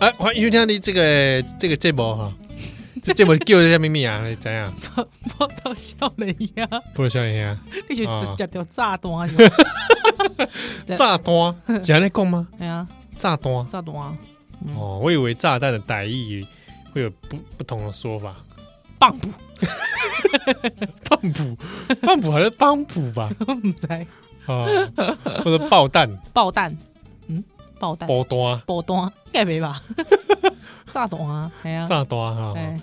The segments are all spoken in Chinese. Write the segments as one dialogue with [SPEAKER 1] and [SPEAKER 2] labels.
[SPEAKER 1] 哎，欢迎收听你这个这个节目 哈，这节目叫一下秘密啊，怎样？
[SPEAKER 2] 我到笑了一样，
[SPEAKER 1] 不如笑一下，
[SPEAKER 2] 你就
[SPEAKER 1] 啊
[SPEAKER 2] 接条炸 弹是吧？对
[SPEAKER 1] 炸弹是安尼讲吗？
[SPEAKER 2] 哎呀，
[SPEAKER 1] 炸弹
[SPEAKER 2] 炸弹啊，嗯，
[SPEAKER 1] 哦，我以为炸弹的歹意会有不不同的说法，
[SPEAKER 2] 棒不？
[SPEAKER 1] 棒补棒补还是帮补吧？
[SPEAKER 2] 唔知
[SPEAKER 1] 啊，或者爆弹
[SPEAKER 2] 爆弹，嗯，爆弹，
[SPEAKER 1] 波弹
[SPEAKER 2] 爆弹应该没吧？ 炸弹啊，哎呀，
[SPEAKER 1] 炸弹啊哈，
[SPEAKER 2] 哎，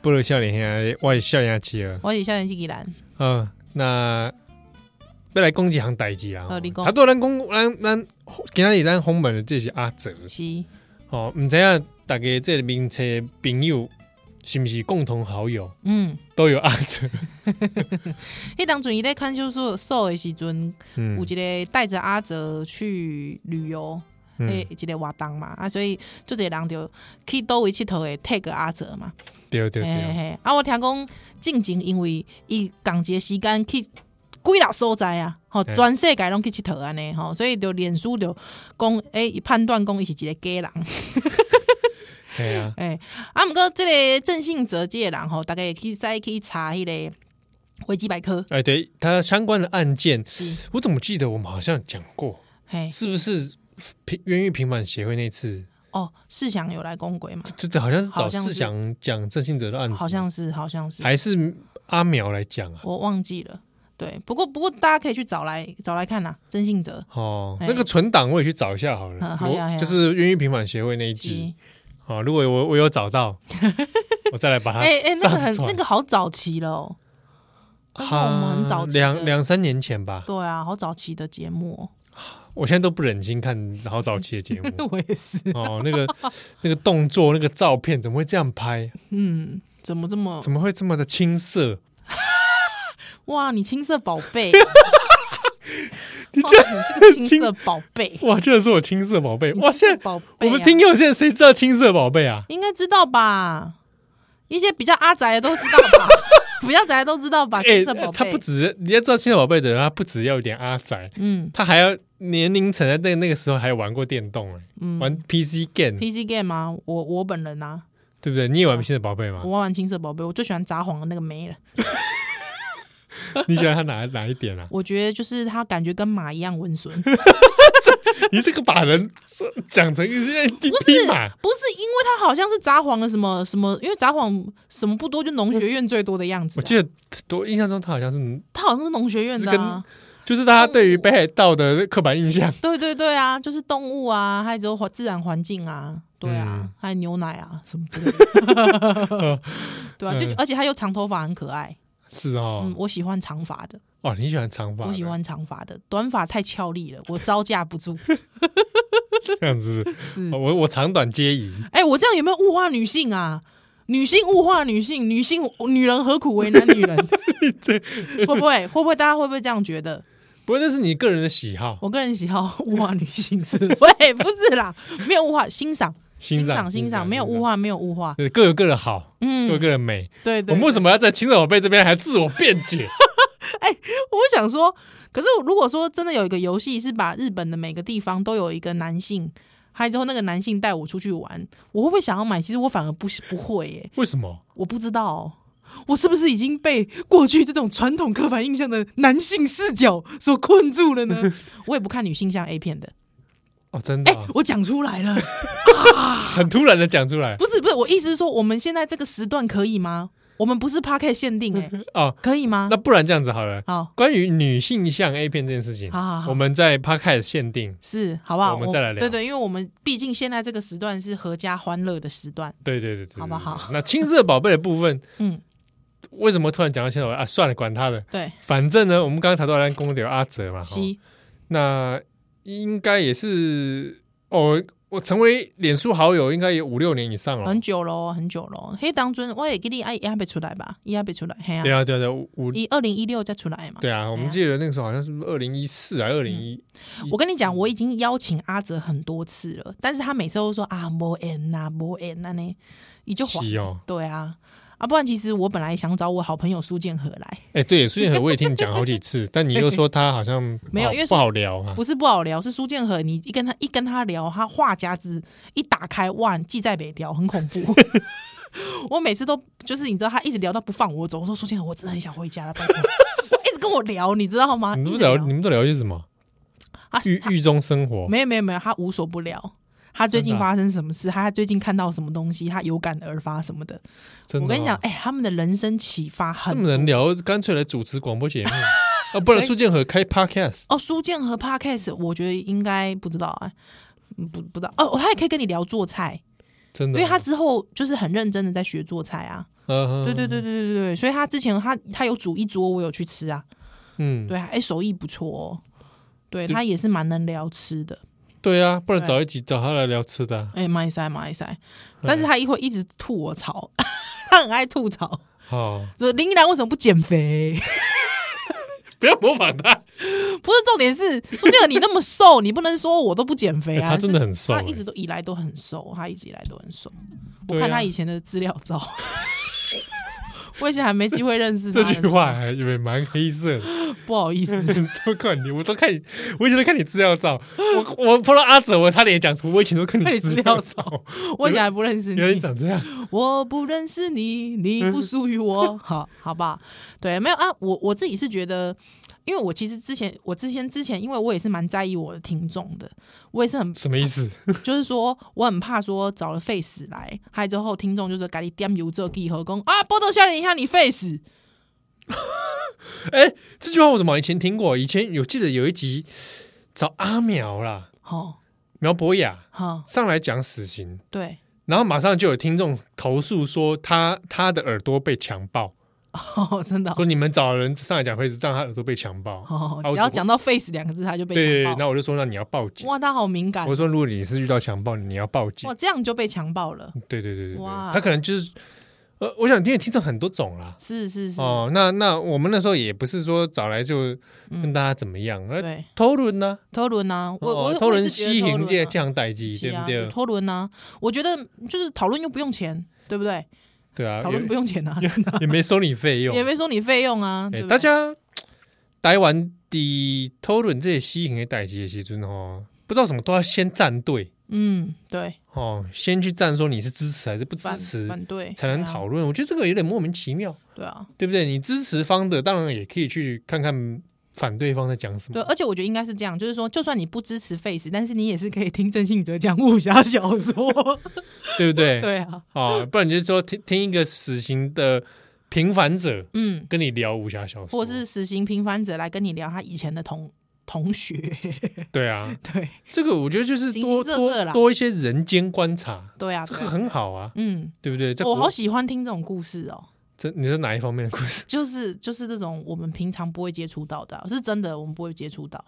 [SPEAKER 1] 不如笑脸兄，我是笑脸啊企鹅，
[SPEAKER 2] 我是少年纪纪兰，
[SPEAKER 1] 嗯，那。要来讲一项代志啊
[SPEAKER 2] 好你！讲
[SPEAKER 1] 他都咱讲咱咱今仔日咱访问的这是阿哲，
[SPEAKER 2] 是
[SPEAKER 1] 哦，毋知影大家这个名册朋友是毋是共同好友
[SPEAKER 2] 嗯，
[SPEAKER 1] 都有阿 哲？
[SPEAKER 2] 迄当阵伊在看守所所的时阵，
[SPEAKER 1] 嗯
[SPEAKER 2] 有一个带着阿哲去旅游，
[SPEAKER 1] 嗯，
[SPEAKER 2] 诶，一个活动嘛，啊，所以就一个人就去倒位佚佗的 take 阿哲嘛，
[SPEAKER 1] 对对
[SPEAKER 2] 嘿
[SPEAKER 1] 对，
[SPEAKER 2] 嘿，啊，我听讲进前因为伊同一个时间去几落所在啊，吼，
[SPEAKER 1] 嘿
[SPEAKER 2] 全世界拢去佚佗安尼吼，所以就脸书就讲，诶、伊判断讲伊是一个假人，
[SPEAKER 1] 系啊，
[SPEAKER 2] 诶、啊，毋过即个郑信哲即个人吼，大概去使去查迄个维基百科，
[SPEAKER 1] 哎，对，他相关的案件，
[SPEAKER 2] 是，
[SPEAKER 1] 我怎么记得我们好像讲过，
[SPEAKER 2] 嘿，
[SPEAKER 1] 是不是平冤狱平反协会那次？
[SPEAKER 2] 哦，世祥有来公鬼嘛，
[SPEAKER 1] 对对，好像是找
[SPEAKER 2] 好像是
[SPEAKER 1] 思想讲郑信哲的案子，
[SPEAKER 2] 好像是，好像是，
[SPEAKER 1] 还是阿苗来讲啊。
[SPEAKER 2] 我忘记了，对，不过不过大家可以去找来找来看啦，郑信哲。
[SPEAKER 1] 哦，
[SPEAKER 2] 哎
[SPEAKER 1] 那个存档我也去找一下好
[SPEAKER 2] 嗯
[SPEAKER 1] 了，
[SPEAKER 2] 好呀好
[SPEAKER 1] 我
[SPEAKER 2] 呀
[SPEAKER 1] 就是冤狱平反协会那一
[SPEAKER 2] 是
[SPEAKER 1] 集。好，如果我我有找 到，我再来把它
[SPEAKER 2] 哎哎，那个
[SPEAKER 1] 上
[SPEAKER 2] 很
[SPEAKER 1] 传
[SPEAKER 2] 那个好早期了哦，那是我们很早期的
[SPEAKER 1] 两两三年前吧。
[SPEAKER 2] 对啊，好早期的节目、哦
[SPEAKER 1] 我现在都不忍心看好早期的节 目
[SPEAKER 2] 我也是。
[SPEAKER 1] 哦，那个那个动作、那个照片怎么会这样拍？
[SPEAKER 2] 嗯，怎么这么
[SPEAKER 1] 怎么会这么的青涩？
[SPEAKER 2] 哇？你青涩宝 贝，你这你这个青涩宝贝，
[SPEAKER 1] 哇，居然是我青涩宝贝！ 哇，现
[SPEAKER 2] 青涩
[SPEAKER 1] 在、
[SPEAKER 2] 宝贝啊、
[SPEAKER 1] 我们听友现在谁知道青涩宝贝啊？
[SPEAKER 2] 应该知道吧？一些比较阿宅的都知道 吧，比较宅的都知道吧？啊青涩宝贝，
[SPEAKER 1] 哎他不止你要知道青涩宝贝的人，他不只要有点阿宅，
[SPEAKER 2] 嗯
[SPEAKER 1] 他还要年龄层在那那个时候还玩过电动、哎，
[SPEAKER 2] 嗯
[SPEAKER 1] 玩 PC game，
[SPEAKER 2] PC game 吗、我我本人啊，
[SPEAKER 1] 对不对？你也玩青涩宝贝吗
[SPEAKER 2] 我？玩玩青涩宝贝，我最喜欢札幌的那个妹了。
[SPEAKER 1] 你喜欢他哪哪一点啊？
[SPEAKER 2] 我觉得就是她感觉跟马一样温顺。
[SPEAKER 1] 你这个把人说讲成一些滴滴马。
[SPEAKER 2] 不是啊因为他好像是札幌的什么什么，因为札幌什么不多，就农学院最多的样子、
[SPEAKER 1] 我
[SPEAKER 2] 啊。
[SPEAKER 1] 记得我印象中他好像是，
[SPEAKER 2] 他好像是农学院的、啊，
[SPEAKER 1] 就是大家对于北海道的刻板印象，
[SPEAKER 2] 对对对啊，就是动物啊，还有之后环自然环境啊，对啊，
[SPEAKER 1] 嗯
[SPEAKER 2] 还有牛奶啊什么之类的。 对啊，就、
[SPEAKER 1] 嗯
[SPEAKER 2] 而且他又长头发很可爱，
[SPEAKER 1] 是
[SPEAKER 2] 嗯
[SPEAKER 1] 哦，，
[SPEAKER 2] 我喜欢长发的，
[SPEAKER 1] 哦，你喜欢长发，
[SPEAKER 2] 我喜欢长发的，短发太俏丽 了，我招架不住。
[SPEAKER 1] 这样 子，
[SPEAKER 2] 是
[SPEAKER 1] 哦，我我长短皆宜，
[SPEAKER 2] 哎、我这样有没有物化女性啊？女性物化女性，女性女人何苦为难女人？ 会不会会不会大家会不会这样觉得？
[SPEAKER 1] 不过那是你个人的喜好，
[SPEAKER 2] 我个人喜好物化女性是，喂， 不是啦，没有物化，欣赏，
[SPEAKER 1] 欣赏
[SPEAKER 2] 赏，欣赏，没有物，化，没有物化，
[SPEAKER 1] 对，各有各的好，各有
[SPEAKER 2] 嗯，
[SPEAKER 1] 各的美。
[SPEAKER 2] 对对
[SPEAKER 1] 我们为什么要在青岛宝贝这边还自我辩 解？
[SPEAKER 2] 我想说，可是如果说真的有一个游戏是把日本的每个地方都有一个男性，还有之后那个男性带我出去玩，我会不会想要买？其实我反而不不会耶、
[SPEAKER 1] 为什么？
[SPEAKER 2] 我不知道哦、我是不是已经被过去这种传统刻板印象的男性视角所困住了呢？ 我也不看女性向 A 片的，
[SPEAKER 1] 哦，真的
[SPEAKER 2] 哎、
[SPEAKER 1] 啊，
[SPEAKER 2] 我讲出来了。
[SPEAKER 1] 很突然的讲出来
[SPEAKER 2] 不是不是，我意思是说，我们现在这个时段可以吗？我们不是 p a r k 限定哎、
[SPEAKER 1] 哦。
[SPEAKER 2] 可以吗
[SPEAKER 1] 那？不然这样子好了，
[SPEAKER 2] 好，
[SPEAKER 1] 关于女性向 A 片这件事情，
[SPEAKER 2] 好好好
[SPEAKER 1] 我们在 p 开始限定，
[SPEAKER 2] 是好不好？
[SPEAKER 1] 我们再来聊
[SPEAKER 2] 对对，因为我们毕竟现在这个时段是合家欢乐的时段。
[SPEAKER 1] 对对对对，对
[SPEAKER 2] 好不好？
[SPEAKER 1] 那青色宝贝的部分，
[SPEAKER 2] 嗯，
[SPEAKER 1] 为什么突然讲到青色宝贝啊？算了，管他的，
[SPEAKER 2] 对，
[SPEAKER 1] 反正呢，我们刚刚谈到咱公有阿哲嘛，哈
[SPEAKER 2] 西
[SPEAKER 1] 那应该也是哦，我成为脸书好友应该有五六年以上了
[SPEAKER 2] 很。久喽，很久喽。嘿，当尊我也给你哎，也还没出来吧？也还没出来，嘿
[SPEAKER 1] 对
[SPEAKER 2] 啊，
[SPEAKER 1] 啊，对啊，对啊，五五
[SPEAKER 2] 一二零一六再出来嘛。
[SPEAKER 1] 对啊，我们记得那个时候好像是二零一四
[SPEAKER 2] 嗯
[SPEAKER 1] 啊，二零一
[SPEAKER 2] 我跟你讲，我已经邀请阿哲很多次啊了，但是他每次都说啊，没 end 呐，没 end 呐呢，你就还
[SPEAKER 1] 七哦，
[SPEAKER 2] 对啊，啊，不然其实我本来想找我好朋友苏建和来，
[SPEAKER 1] 哎、对，苏建和我也听你讲好几 次，但你又说他好像不好
[SPEAKER 2] 没有因为
[SPEAKER 1] 不好聊啊。
[SPEAKER 2] 不是不好聊，是苏建和，你一跟他一跟他聊，他话匣子一打开，哇，记在北调，很恐怖。 我每次都就是你知道，他一直聊到不放我走，我说苏建和，我真的很想回家了，拜托我一直跟我聊，你知道吗？
[SPEAKER 1] 你们
[SPEAKER 2] 啊
[SPEAKER 1] 都
[SPEAKER 2] 一直
[SPEAKER 1] 聊，你们都聊些什么？
[SPEAKER 2] 他
[SPEAKER 1] 狱
[SPEAKER 2] 他
[SPEAKER 1] 狱中生活，
[SPEAKER 2] 没有没有没有，他无所不聊。他最近
[SPEAKER 1] 真的啊
[SPEAKER 2] 发生什么事？他最近看到什么东西？他有感而发什么的？
[SPEAKER 1] 真的、啊
[SPEAKER 2] 我跟你讲，，哎、他们的人生启发很
[SPEAKER 1] 这么能聊，干脆来主持广播节 目啊！不然苏建和开 podcast，
[SPEAKER 2] 哦，苏建和 podcast，我觉得应该不知道啊，嗯不不知道哦，他也可以跟你聊做菜，
[SPEAKER 1] 真
[SPEAKER 2] 因
[SPEAKER 1] 的，
[SPEAKER 2] 为他之后就是很认真的在学做菜啊。
[SPEAKER 1] 嗯，
[SPEAKER 2] 对
[SPEAKER 1] 对
[SPEAKER 2] 对，对对对对对，所以他之前他他有煮一桌，我有去吃啊。
[SPEAKER 1] 嗯，
[SPEAKER 2] 对啊，哎，手艺不错哦。对
[SPEAKER 1] 对
[SPEAKER 2] 他也是蛮能聊吃的，
[SPEAKER 1] 对啊，不然
[SPEAKER 2] 对
[SPEAKER 1] 找一集找他来聊吃的啊，
[SPEAKER 2] 哎，马一塞马一塞，但是他一会一直吐我槽， 他很爱吐槽，
[SPEAKER 1] 好，
[SPEAKER 2] 说林依兰为什么不减肥？
[SPEAKER 1] 不要模仿他，
[SPEAKER 2] 不是重点是苏建和你那么瘦，你不能说我都不减肥啊。
[SPEAKER 1] 他真的
[SPEAKER 2] 是
[SPEAKER 1] 很瘦
[SPEAKER 2] 他
[SPEAKER 1] 欸，
[SPEAKER 2] 一直都以来都很瘦，他一直以来都很瘦。我
[SPEAKER 1] 对
[SPEAKER 2] 看
[SPEAKER 1] 啊
[SPEAKER 2] 他以前的资料照， 我以前还没机会认识他
[SPEAKER 1] 这
[SPEAKER 2] 的时
[SPEAKER 1] 句
[SPEAKER 2] 候。
[SPEAKER 1] 话还以为蛮黑 色的，
[SPEAKER 2] 不好意思，
[SPEAKER 1] 说看你，我都看你，我以前都看你资料照，我我碰到阿哲，我差点也讲出，我以前都看
[SPEAKER 2] 看你
[SPEAKER 1] 你
[SPEAKER 2] 资
[SPEAKER 1] 资
[SPEAKER 2] 料
[SPEAKER 1] 料
[SPEAKER 2] 照
[SPEAKER 1] 照，
[SPEAKER 2] 我以前还不认识
[SPEAKER 1] 原来你
[SPEAKER 2] 你，
[SPEAKER 1] 长这样，
[SPEAKER 2] 我不认识你，
[SPEAKER 1] 嗯
[SPEAKER 2] 你不属于我， 好好吧？对，没有啊，我我自己是觉得。因为我其实之前，我之前之前，因为我也是蛮在意我的听众的，我也是很
[SPEAKER 1] 什么意思？
[SPEAKER 2] 就是说，我很怕说找了 face 来，还之后听众就是给你点油做记号，讲啊，波多笑脸一下你 face，
[SPEAKER 1] 哎，这句话我怎么以前听过？以前有记得有一集找阿苗啦，
[SPEAKER 2] 好
[SPEAKER 1] 苗博雅
[SPEAKER 2] 好，
[SPEAKER 1] 上来讲死刑，
[SPEAKER 2] 对，
[SPEAKER 1] 然后马上就有听众投诉说他他的耳朵被强暴，
[SPEAKER 2] 哦，真的哦，
[SPEAKER 1] 说你们找人上来讲会是让他耳朵被强暴，
[SPEAKER 2] 哦
[SPEAKER 1] 啊，我
[SPEAKER 2] 只要
[SPEAKER 1] 怎
[SPEAKER 2] 讲到 face 两个字，他就被
[SPEAKER 1] 对，
[SPEAKER 2] 强
[SPEAKER 1] 然
[SPEAKER 2] 暴。
[SPEAKER 1] 后我就说那你要报警，
[SPEAKER 2] 哇，他好敏感
[SPEAKER 1] 我，说如果你是遇到强暴，你要报警
[SPEAKER 2] 哇，，这样就被强暴了，
[SPEAKER 1] 对对对对对，
[SPEAKER 2] 哇
[SPEAKER 1] 他可能就是呃，我想听也听成很多种啦。
[SPEAKER 2] 是是是，
[SPEAKER 1] 哦，那那我们那时候也不是说找来就跟大家怎么样，而
[SPEAKER 2] 嗯对，
[SPEAKER 1] 偷轮呢，
[SPEAKER 2] 偷轮呐，我
[SPEAKER 1] 哦
[SPEAKER 2] 我
[SPEAKER 1] 偷
[SPEAKER 2] 我也
[SPEAKER 1] 轮
[SPEAKER 2] 是觉得
[SPEAKER 1] 西
[SPEAKER 2] 偷
[SPEAKER 1] 行
[SPEAKER 2] 轮
[SPEAKER 1] 这
[SPEAKER 2] 啊
[SPEAKER 1] 这样代际，
[SPEAKER 2] 是
[SPEAKER 1] 对
[SPEAKER 2] 啊
[SPEAKER 1] 不
[SPEAKER 2] 有
[SPEAKER 1] 对？
[SPEAKER 2] 偷轮呐，我觉得就是讨论又不用钱，对不对？
[SPEAKER 1] 对啊，
[SPEAKER 2] 讨论不
[SPEAKER 1] 也
[SPEAKER 2] 用钱啊，真的
[SPEAKER 1] 也没收你费用
[SPEAKER 2] 也，没收你费用啊，
[SPEAKER 1] 哎
[SPEAKER 2] 对不
[SPEAKER 1] 大
[SPEAKER 2] 对？
[SPEAKER 1] 家台湾的讨论这些西行的代际的时阵哦，不知道什么都要先站队
[SPEAKER 2] 嗯，对，
[SPEAKER 1] 哦，先去站说你是支持还是不支
[SPEAKER 2] 反
[SPEAKER 1] 持，
[SPEAKER 2] 反对
[SPEAKER 1] 才能
[SPEAKER 2] 对啊
[SPEAKER 1] 讨论。我觉得这个有点莫名其妙。
[SPEAKER 2] 对啊。
[SPEAKER 1] 对不对？你支持方的，当然也可以去看看反对方在讲什
[SPEAKER 2] 对，
[SPEAKER 1] 么。
[SPEAKER 2] 而且我觉得应该是这样，就是说，就算你不支持 Face，但是你也是可以听郑信哲讲武侠小说。
[SPEAKER 1] 对不 对？
[SPEAKER 2] 对啊，
[SPEAKER 1] 啊，不然你就说听听一个死刑的平凡者
[SPEAKER 2] 嗯，
[SPEAKER 1] 跟你聊武侠小说，
[SPEAKER 2] 或是死刑平凡者来跟你聊他以前的同同学，
[SPEAKER 1] 对啊，
[SPEAKER 2] 对
[SPEAKER 1] 这个我觉得就是
[SPEAKER 2] 形
[SPEAKER 1] 多
[SPEAKER 2] 形色色啦
[SPEAKER 1] 多多一些人间观察，
[SPEAKER 2] 对啊，
[SPEAKER 1] 这
[SPEAKER 2] 对
[SPEAKER 1] 个
[SPEAKER 2] 啊
[SPEAKER 1] 很好啊，
[SPEAKER 2] 嗯，
[SPEAKER 1] 对不对？在
[SPEAKER 2] 我
[SPEAKER 1] 国
[SPEAKER 2] 好喜欢听这种故事哦，
[SPEAKER 1] 这你是哪一方面的故事？
[SPEAKER 2] 就是就是这种我们平常不会接触到的啊、是真的我们不会接触到。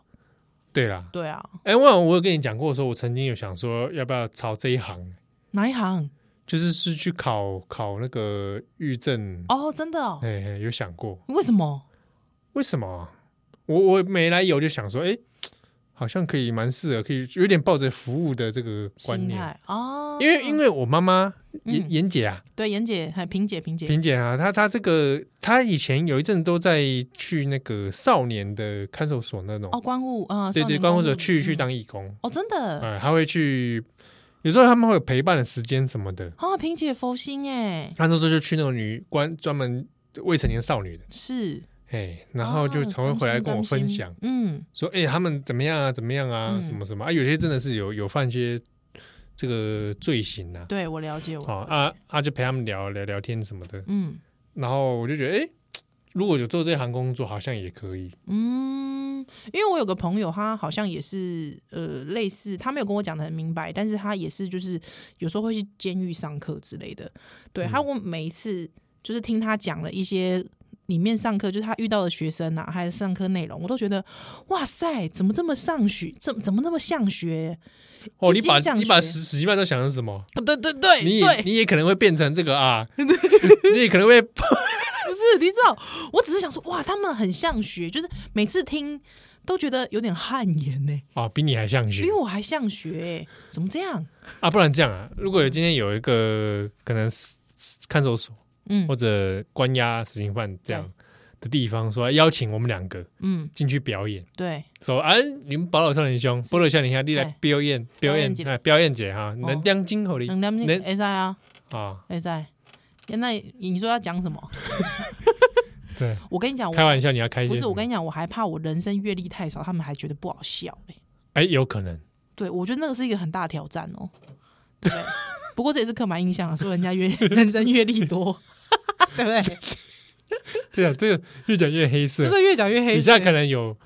[SPEAKER 1] 对啦，
[SPEAKER 2] 对啊，
[SPEAKER 1] 哎，我我有跟你讲过，说我曾经有想说要不要朝这一行，
[SPEAKER 2] 哪一行？
[SPEAKER 1] 就是是去考考那个狱政，
[SPEAKER 2] 哦，真的哦，
[SPEAKER 1] 哎、哎有想过。
[SPEAKER 2] 为什么？
[SPEAKER 1] 为什么？啊我我没来由就想说，哎、好像可以蛮适合，可以有点抱着服务的这个观
[SPEAKER 2] 心
[SPEAKER 1] 念。
[SPEAKER 2] 态哦，
[SPEAKER 1] 因为因为我妈妈严
[SPEAKER 2] 嗯
[SPEAKER 1] 严姐啊，
[SPEAKER 2] 对妍姐还萍姐萍姐，
[SPEAKER 1] 萍姐啊，她她这个她以前有一阵都在去那个少年的看守所那种，
[SPEAKER 2] 哦，关护啊，呃
[SPEAKER 1] 对
[SPEAKER 2] 少
[SPEAKER 1] 对，
[SPEAKER 2] 年
[SPEAKER 1] 关护
[SPEAKER 2] 关
[SPEAKER 1] 者去去
[SPEAKER 2] 嗯
[SPEAKER 1] 当义工，
[SPEAKER 2] 哦，真的
[SPEAKER 1] 呃，她会去，有时候他们会有陪伴的时间什么的。
[SPEAKER 2] 啊，萍姐佛心哎，
[SPEAKER 1] 她那时候就去那种女关专门未成年少女的，
[SPEAKER 2] 是，
[SPEAKER 1] 哎，然后就
[SPEAKER 2] 啊
[SPEAKER 1] 常会回来跟我分。享
[SPEAKER 2] 担。心担心嗯，
[SPEAKER 1] 说哎、欸他们怎么样啊，怎么样啊，
[SPEAKER 2] 嗯
[SPEAKER 1] 什么什么啊，有些真的是有有犯一些这个罪行啊，
[SPEAKER 2] 对我了解我。
[SPEAKER 1] 哦啊啊，就陪他们聊聊聊天什么的。
[SPEAKER 2] 嗯
[SPEAKER 1] 然后我就觉得，哎、如果有做这行工作，好像也可以。
[SPEAKER 2] 嗯，因为我有个朋友，他好像也是呃类似，他没有跟我讲的很明白，但是他也是就是有时候会去监狱上课之类的。对、他，我每一次就是听他讲了一些。里面上课就是他遇到的学生啊，还有上课内容，我都觉得哇塞，怎么这么上学，怎怎么那么像学？
[SPEAKER 1] 哦，
[SPEAKER 2] 一
[SPEAKER 1] 你
[SPEAKER 2] 心
[SPEAKER 1] 把
[SPEAKER 2] 向
[SPEAKER 1] 你把
[SPEAKER 2] 学
[SPEAKER 1] 十十一万都想成什么？
[SPEAKER 2] 对对对，
[SPEAKER 1] 你
[SPEAKER 2] 对
[SPEAKER 1] 也你也可能会变成这个啊， 你也可能会
[SPEAKER 2] 不是，你知道，我只是想说，哇，他们很像学，就是每次听都觉得有点汗颜呢、
[SPEAKER 1] 啊，比你还像学
[SPEAKER 2] 比我还像学、欸，怎么这样？
[SPEAKER 1] 啊。不然这样啊，如果有今天有一个可能是看守所
[SPEAKER 2] 嗯
[SPEAKER 1] 或者关押死刑犯这样的地方，说邀请我们两个
[SPEAKER 2] 嗯，
[SPEAKER 1] 进去表演，
[SPEAKER 2] 对，
[SPEAKER 1] 说啊，你们宝岛少年兄、波罗少年兄，你来
[SPEAKER 2] 哎
[SPEAKER 1] 表演表演
[SPEAKER 2] 表演哦一，下
[SPEAKER 1] 哎，表演节哈，能当今后的
[SPEAKER 2] 能量
[SPEAKER 1] 能
[SPEAKER 2] 会使啊，
[SPEAKER 1] 啊，
[SPEAKER 2] 会使。那你说要讲什么？
[SPEAKER 1] 对，
[SPEAKER 2] 我跟你讲，
[SPEAKER 1] 开
[SPEAKER 2] 我
[SPEAKER 1] 玩笑，你要开一些
[SPEAKER 2] 不
[SPEAKER 1] 什
[SPEAKER 2] 是
[SPEAKER 1] 么
[SPEAKER 2] 我跟你讲，我还怕我人生阅历太少，他们还觉得不好笑嘞、
[SPEAKER 1] 哎，有可能，
[SPEAKER 2] 对，我觉得那个是一个很大的挑战哦。对，不过这也是刻板印象啊，说人家阅 人生阅历多， 对不对？
[SPEAKER 1] 对啊，这个越讲越黑色
[SPEAKER 2] 真，的越讲越黑
[SPEAKER 1] 底下
[SPEAKER 2] 色。嗯
[SPEAKER 1] 可能有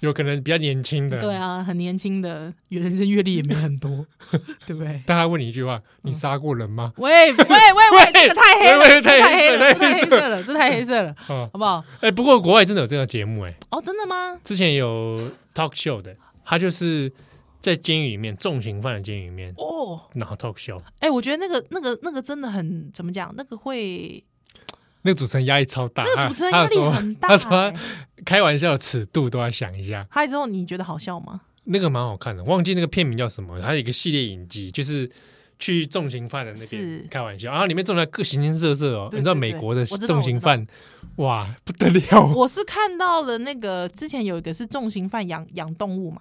[SPEAKER 1] 有可能比较年轻的，
[SPEAKER 2] 对，啊，很年轻的，人生阅历也没很多， 对不对？
[SPEAKER 1] 但他问你一句话，你杀过人吗？
[SPEAKER 2] 喂喂喂喂，这个太嗯黑
[SPEAKER 1] 喂
[SPEAKER 2] 了，
[SPEAKER 1] 喂
[SPEAKER 2] 这个太黑了，
[SPEAKER 1] 太
[SPEAKER 2] 这个太
[SPEAKER 1] 黑
[SPEAKER 2] 黑
[SPEAKER 1] 色
[SPEAKER 2] 色了，这个太黑色了，
[SPEAKER 1] 哦，
[SPEAKER 2] 好不好？
[SPEAKER 1] 哎，不过国外真的有这个节目，哎，
[SPEAKER 2] 哦，真的吗？
[SPEAKER 1] 之前有 talk show 的，他就是在监狱里面，重刑犯的监狱里面，
[SPEAKER 2] 哦，
[SPEAKER 1] 然后 talk show，
[SPEAKER 2] 哎，我觉得那个那个那个真的很怎么讲？那个会，
[SPEAKER 1] 那个主持人压力超大，
[SPEAKER 2] 那个主持人
[SPEAKER 1] 啊他
[SPEAKER 2] 压
[SPEAKER 1] 他
[SPEAKER 2] 力
[SPEAKER 1] 说
[SPEAKER 2] 很大。
[SPEAKER 1] 他说
[SPEAKER 2] 哎
[SPEAKER 1] 开玩笑的尺度都要想一下，
[SPEAKER 2] 嗨之后你觉得好笑吗？
[SPEAKER 1] 那个蛮好看的，忘记那个片名叫什么，它有一个系列影集，就是。去重刑犯的那
[SPEAKER 2] 是
[SPEAKER 1] 边开玩笑，然后里面重刑犯各形形色色哦，
[SPEAKER 2] 对
[SPEAKER 1] 你知道
[SPEAKER 2] 对
[SPEAKER 1] 美
[SPEAKER 2] 对
[SPEAKER 1] 国的
[SPEAKER 2] 我知道
[SPEAKER 1] 重
[SPEAKER 2] 我
[SPEAKER 1] 刑
[SPEAKER 2] 知道
[SPEAKER 1] 犯，哇不得了
[SPEAKER 2] 我是看到了那个之前有一个是重刑犯养养动物嘛，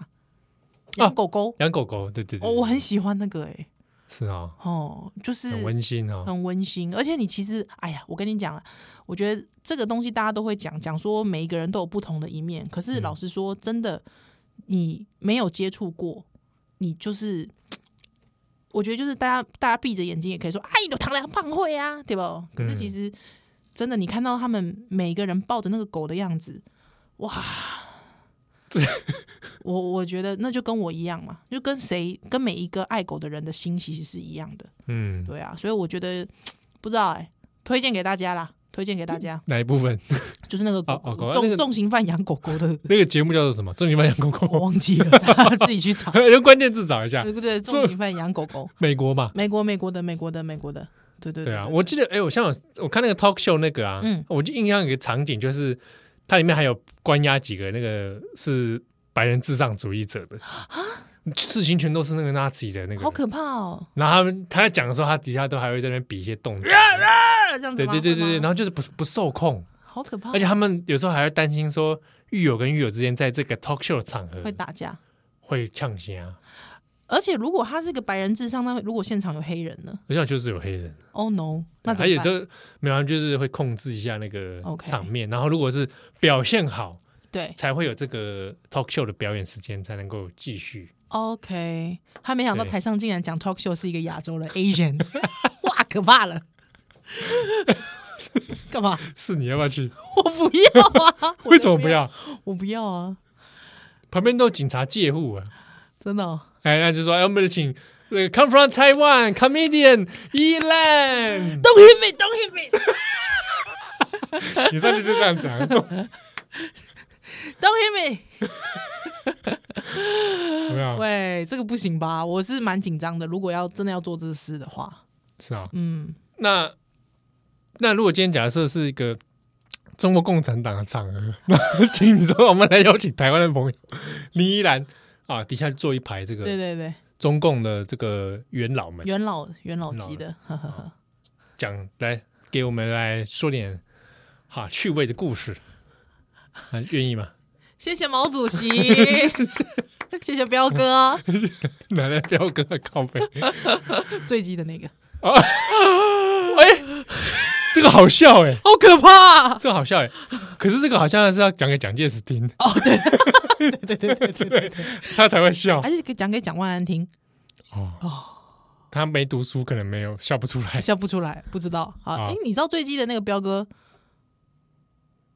[SPEAKER 2] 养狗狗，
[SPEAKER 1] 养狗狗，哦对对对，
[SPEAKER 2] 哦，我很喜欢那个哎、
[SPEAKER 1] 是哦，
[SPEAKER 2] 哦，就是
[SPEAKER 1] 很温馨哦，
[SPEAKER 2] 很温馨，而且你其实，哎呀，我跟你讲啊，我觉得这个东西大家都会讲讲说，每一个人都有不同的一面。可是
[SPEAKER 1] 嗯
[SPEAKER 2] 老实说，真的，你没有接触过，你就是，我觉得就是大家大家闭着眼睛也可以说，哎，你糖量棒会啊，对不？
[SPEAKER 1] 嗯
[SPEAKER 2] 可是其实真的，你看到他们每个人抱着那个狗的样子， 哇！我我觉得那就跟我一样嘛，就跟谁跟每一个爱狗的人的心其实是一样的。
[SPEAKER 1] 嗯，
[SPEAKER 2] 对啊，所以我觉得不知道哎、推荐给大家啦，推荐给大家，
[SPEAKER 1] 哪一部分？
[SPEAKER 2] 就是那个狗
[SPEAKER 1] 哦哦狗那
[SPEAKER 2] 重
[SPEAKER 1] 个，
[SPEAKER 2] 重刑犯养狗狗的
[SPEAKER 1] 那个节目叫做什么？重刑犯养狗
[SPEAKER 2] 我
[SPEAKER 1] 狗，。
[SPEAKER 2] 忘记了，大家自己去查
[SPEAKER 1] 用关键字找一下
[SPEAKER 2] 对，不对？
[SPEAKER 1] 这
[SPEAKER 2] 重刑犯养狗狗，
[SPEAKER 1] 美国嘛，
[SPEAKER 2] 美国美国的美国的美国的，对对
[SPEAKER 1] 对啊，我记得，哎、我像我我看那个 talk show 那个啊，
[SPEAKER 2] 嗯
[SPEAKER 1] 我就印象有一个场景，就是它里面还有关押几个那个是白人至上主义者的事情全都是那个 Nazi 的那个
[SPEAKER 2] 啊好
[SPEAKER 1] 人，
[SPEAKER 2] 可怕哦！
[SPEAKER 1] 然后他们他在讲的时候，他底下都还会在那边比一些动 作，
[SPEAKER 2] 啊这样子
[SPEAKER 1] 对
[SPEAKER 2] 吗
[SPEAKER 1] 对对对对，
[SPEAKER 2] 会
[SPEAKER 1] 然
[SPEAKER 2] 吗
[SPEAKER 1] 后就是不不受控，
[SPEAKER 2] 好可怕，
[SPEAKER 1] 而且他们有时候还会担心说狱友跟狱友之间在这个 talk show 的场合
[SPEAKER 2] 会打架。
[SPEAKER 1] 会呛声啊，
[SPEAKER 2] 而且如果他是个白人至上，那如果现场有黑人呢
[SPEAKER 1] 好像就是有黑人。
[SPEAKER 2] ？Oh no，那怎
[SPEAKER 1] 而且
[SPEAKER 2] 么办？
[SPEAKER 1] 都没有，他们就是会控制一下那个
[SPEAKER 2] OK
[SPEAKER 1] 场面。然后如果是表现好，
[SPEAKER 2] 对
[SPEAKER 1] 才会有这个 talk show 的表演时间，才能够继续。
[SPEAKER 2] ，OK，他没想到
[SPEAKER 1] 对
[SPEAKER 2] 台上竟然讲 talk show 是一个亚洲人 Asian，哇，可怕了！ 干嘛？
[SPEAKER 1] 是你要不要去？
[SPEAKER 2] 我不要啊！我
[SPEAKER 1] 为
[SPEAKER 2] 才
[SPEAKER 1] 什么不？要？
[SPEAKER 2] 我不要啊！
[SPEAKER 1] 旁边都有警察戒护啊！
[SPEAKER 2] 真的哦、
[SPEAKER 1] 哎，那就说，哎，我们请那个 come from Taiwan comedian 依 兰，
[SPEAKER 2] Don't hit me! Don't hit me!
[SPEAKER 1] 你上去就这样讲，有
[SPEAKER 2] Don't hit me!
[SPEAKER 1] 没有？
[SPEAKER 2] 喂，这个不行吧？我是蛮紧张的。如果要真的要做这事的话，
[SPEAKER 1] 是啊。
[SPEAKER 2] 嗯，
[SPEAKER 1] 那那如果今天假设是一个中国共产党的场合， 那请你说我们来邀请台湾的朋友林依兰啊，底下坐一排这个
[SPEAKER 2] 对对对，
[SPEAKER 1] 中共的这个元老们
[SPEAKER 2] 元老元老级的，哦呵呵呵。
[SPEAKER 1] 讲来给我们来说点哈、趣味的故事， 啊、愿意吗？
[SPEAKER 2] 谢谢毛主 席，谢谢彪哥，啊
[SPEAKER 1] 奶奶彪哥的靠背，
[SPEAKER 2] 最急的那个，
[SPEAKER 1] 哎，这个好笑哎、
[SPEAKER 2] 好可怕、啊
[SPEAKER 1] 这个好笑哎、可是这个好像是要讲给蒋介石听哦，对哎对对对对，他才会笑哦
[SPEAKER 2] 还是给讲给蒋万安听，
[SPEAKER 1] 他没读书，可能没有笑不出来。
[SPEAKER 2] 笑不出来，不知道。好，
[SPEAKER 1] 好
[SPEAKER 2] 哎、你知道最急的那个彪哥，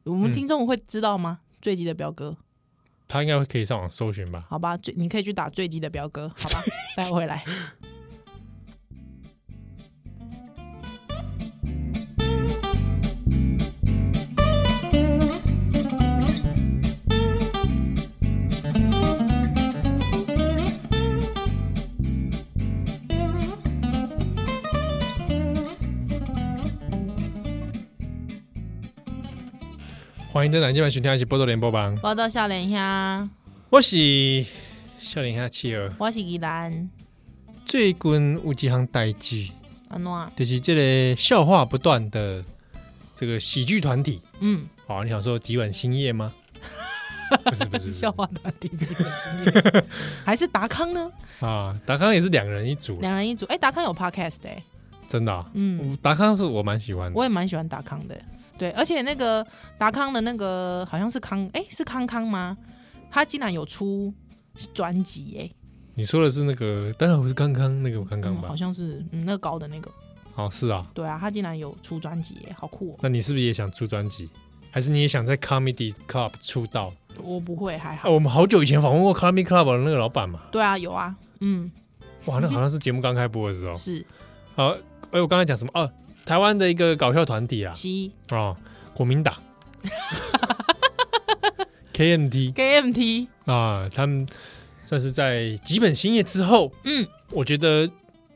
[SPEAKER 2] 我们
[SPEAKER 1] 嗯
[SPEAKER 2] 听众会知道吗？最急的彪哥。
[SPEAKER 1] 他应该会可以上网搜寻吧？
[SPEAKER 2] 好吧，最你可以去打最急的彪哥，好 吧，待会回来。
[SPEAKER 1] 欢迎登来今晚收听一起波多联播榜，
[SPEAKER 2] 报道笑脸虾，
[SPEAKER 1] 我是笑脸下企鹅。
[SPEAKER 2] 我是依兰，
[SPEAKER 1] 最近有一项代志，
[SPEAKER 2] 安诺
[SPEAKER 1] 就是这个笑话不断的这个喜剧团体
[SPEAKER 2] 嗯，
[SPEAKER 1] 哦，你想说几晚兴业 吗？不是不是不是
[SPEAKER 2] 笑话团体几个经 验，还是达康呢？
[SPEAKER 1] 啊，达康也是两人一组，
[SPEAKER 2] 两人一组。哎、达康有 podcast 哎、
[SPEAKER 1] 真的、啊。
[SPEAKER 2] 嗯，
[SPEAKER 1] 达康是我蛮喜欢的
[SPEAKER 2] 我也蛮喜欢达康的。对，而且那个达康的那个好像是康，哎、是康康吗？他竟然有出专辑哎，
[SPEAKER 1] 你说的是那个，当然不是刚刚那个刚刚
[SPEAKER 2] 嗯
[SPEAKER 1] 吧
[SPEAKER 2] 好？像是嗯那个高的那个，
[SPEAKER 1] 哦，是啊。
[SPEAKER 2] 对啊，他竟然有出专辑哎，好酷哦！
[SPEAKER 1] 那你是不是也想出专辑？还是你也想在 Comedy Club 出道？
[SPEAKER 2] 我不会，还好
[SPEAKER 1] 啊，。我们好久以前访问过 Comedy Club 的那个老板嘛，
[SPEAKER 2] 对啊，有啊，嗯，
[SPEAKER 1] 哇，那好像是节目刚开播的时候。
[SPEAKER 2] 是
[SPEAKER 1] 好，哎，我刚才讲什么？哦，台湾的一个搞笑团体啊，
[SPEAKER 2] 西
[SPEAKER 1] 哦，国民 党 KMT
[SPEAKER 2] KMT，
[SPEAKER 1] 啊，他们算是在几本新业之后，
[SPEAKER 2] 嗯
[SPEAKER 1] 我觉得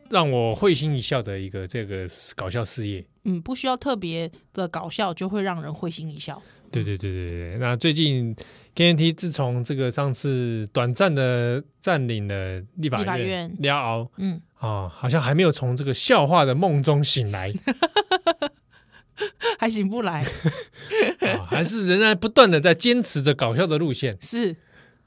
[SPEAKER 1] 让我会心一笑的一个这个搞笑事业。
[SPEAKER 2] 嗯，不需要特别的搞笑就会让人会心一笑。
[SPEAKER 1] 对对对对对，那最近 KMT 自从这个上次短暂的占领了立
[SPEAKER 2] 立
[SPEAKER 1] 法
[SPEAKER 2] 法
[SPEAKER 1] 院
[SPEAKER 2] 院，
[SPEAKER 1] 廖敖
[SPEAKER 2] 嗯，
[SPEAKER 1] 啊，好像还没有从这个笑话的梦中醒来，
[SPEAKER 2] 还醒不来，
[SPEAKER 1] 啊，还是仍然不断的在坚持着搞笑的路线
[SPEAKER 2] 是。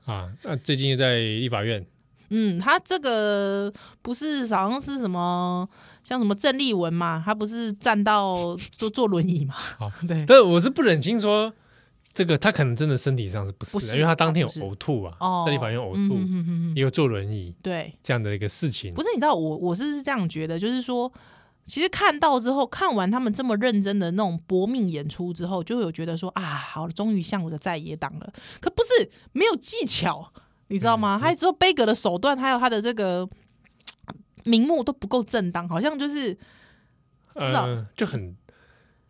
[SPEAKER 1] 啊。那最近又在立法院
[SPEAKER 2] 嗯，他这个不是好像是什么，像什么郑丽文嘛，他不是站到坐坐轮椅嘛？
[SPEAKER 1] 好
[SPEAKER 2] 对，
[SPEAKER 1] 但我是不忍心说，这个他可能真的身体上是不适
[SPEAKER 2] 不
[SPEAKER 1] 的，
[SPEAKER 2] 适
[SPEAKER 1] 因为他当天有
[SPEAKER 2] 他不是
[SPEAKER 1] 呕吐啊，
[SPEAKER 2] 哦
[SPEAKER 1] 在立法院呕
[SPEAKER 2] 嗯
[SPEAKER 1] 吐，
[SPEAKER 2] 嗯嗯嗯，
[SPEAKER 1] 也有坐轮椅
[SPEAKER 2] 对，
[SPEAKER 1] 这样的一个事情
[SPEAKER 2] 不。是你知道我我是是这样觉得，就是说，其实看到之后，看完他们这么认真的那种搏命演出之后，就有觉得说啊，好了，终于向我的在野党了。可不是没有技巧，你知道
[SPEAKER 1] 嗯
[SPEAKER 2] 吗？还有之后贝格的手段，还有他的这个嘖名目都不够正当，好像就是不知
[SPEAKER 1] 呃
[SPEAKER 2] 道，
[SPEAKER 1] 就很
[SPEAKER 2] 人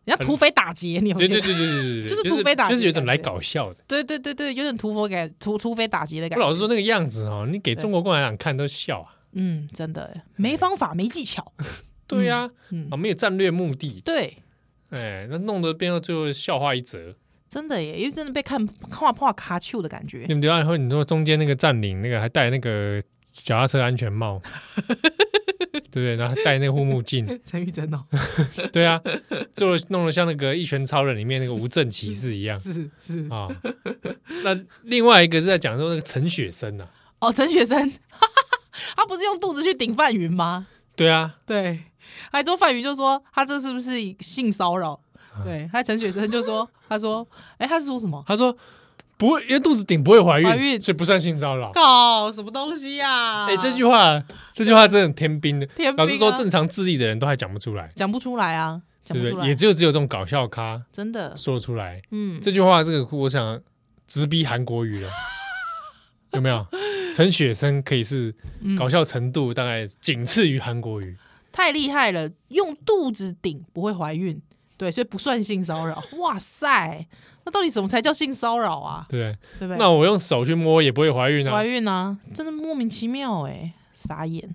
[SPEAKER 2] 家土匪打劫，你有
[SPEAKER 1] 对对
[SPEAKER 2] 觉得？
[SPEAKER 1] 对对对对，
[SPEAKER 2] 就是
[SPEAKER 1] 对
[SPEAKER 2] 土匪打
[SPEAKER 1] 就是
[SPEAKER 2] 劫
[SPEAKER 1] 有种来
[SPEAKER 2] 感觉
[SPEAKER 1] 搞笑的。
[SPEAKER 2] 对对对对，有点土匪给土土匪打劫的感
[SPEAKER 1] 我
[SPEAKER 2] 觉。
[SPEAKER 1] 老实说，那个样子哦，你给
[SPEAKER 2] 对
[SPEAKER 1] 中国共产党看都笑啊。
[SPEAKER 2] 嗯，真的没方法，没技巧。
[SPEAKER 1] 对呀、啊，
[SPEAKER 2] 嗯，
[SPEAKER 1] 没有战略目的，
[SPEAKER 2] 对，
[SPEAKER 1] 哎，那弄得变到最后笑话一则，
[SPEAKER 2] 真的耶，因为真的被看看破卡丘的感觉。
[SPEAKER 1] 对不对？然后你说中间那个占领那个还戴那个脚踏车安全 帽，对不对？然后还戴那个护目镜，
[SPEAKER 2] 陈玉珍哦，
[SPEAKER 1] 对啊，做了弄得像那个《一拳超人》里面那个无证骑士一样
[SPEAKER 2] 是是
[SPEAKER 1] 啊、那另外一个是在讲说那个陈雪生啊，
[SPEAKER 2] 哦，陈雪生，他不是用肚子去顶范云吗？
[SPEAKER 1] 对啊，
[SPEAKER 2] 对，还之后范云就说他这是不是性骚扰？对，还有陈雪生就说，他说，哎、他是说 什么？
[SPEAKER 1] 他说不会，因为肚子顶不会怀孕，
[SPEAKER 2] 怀孕
[SPEAKER 1] 所以不算性骚扰。
[SPEAKER 2] 靠，什么东西呀、啊？
[SPEAKER 1] 哎、这句话，这句话真的很天兵的。
[SPEAKER 2] 天兵啊
[SPEAKER 1] 老实说，正常智力的人都还讲不出来，
[SPEAKER 2] 讲不出来啊，讲
[SPEAKER 1] 对
[SPEAKER 2] 不
[SPEAKER 1] 不
[SPEAKER 2] 出来，
[SPEAKER 1] 对？也只有只有这种搞笑咖
[SPEAKER 2] 真的，
[SPEAKER 1] 说得出来。
[SPEAKER 2] 嗯，
[SPEAKER 1] 这句话，这个我想直逼韩国语了，有没有？陈雪生可以是
[SPEAKER 2] 嗯
[SPEAKER 1] 搞笑程度大概仅次于韩国语，
[SPEAKER 2] 太厉害了，用肚子顶不会怀孕，对，所以不算性骚扰。哇塞，那到底什么才叫性骚扰啊？
[SPEAKER 1] 对不
[SPEAKER 2] 对不对？
[SPEAKER 1] 对？那我用手去摸也不会怀孕啊
[SPEAKER 2] 怀。孕啊，真的莫名其妙哎、傻眼。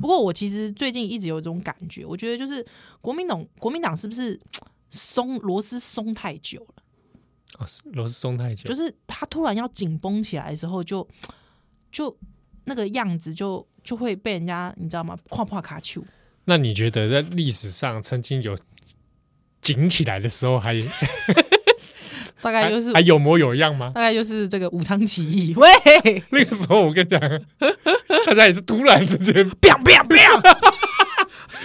[SPEAKER 2] 不过我其实最近一直有一种感觉，我觉得就是国民党，国民党是不是松螺丝松太久了？
[SPEAKER 1] 哦螺丝松太久，
[SPEAKER 2] 就是是他突然要紧绷起来的时候就，就那个样子就就会被人家你知道吗？跨跨卡丘，
[SPEAKER 1] 那你觉得在历史上曾经有紧起来的时候还，还
[SPEAKER 2] 大概就是
[SPEAKER 1] 还有模有样 吗？
[SPEAKER 2] 大概就是这个武昌起 义，喂，
[SPEAKER 1] 那个时候我跟你讲，大家也是突然之 间，
[SPEAKER 2] biang biang biang，
[SPEAKER 1] 哎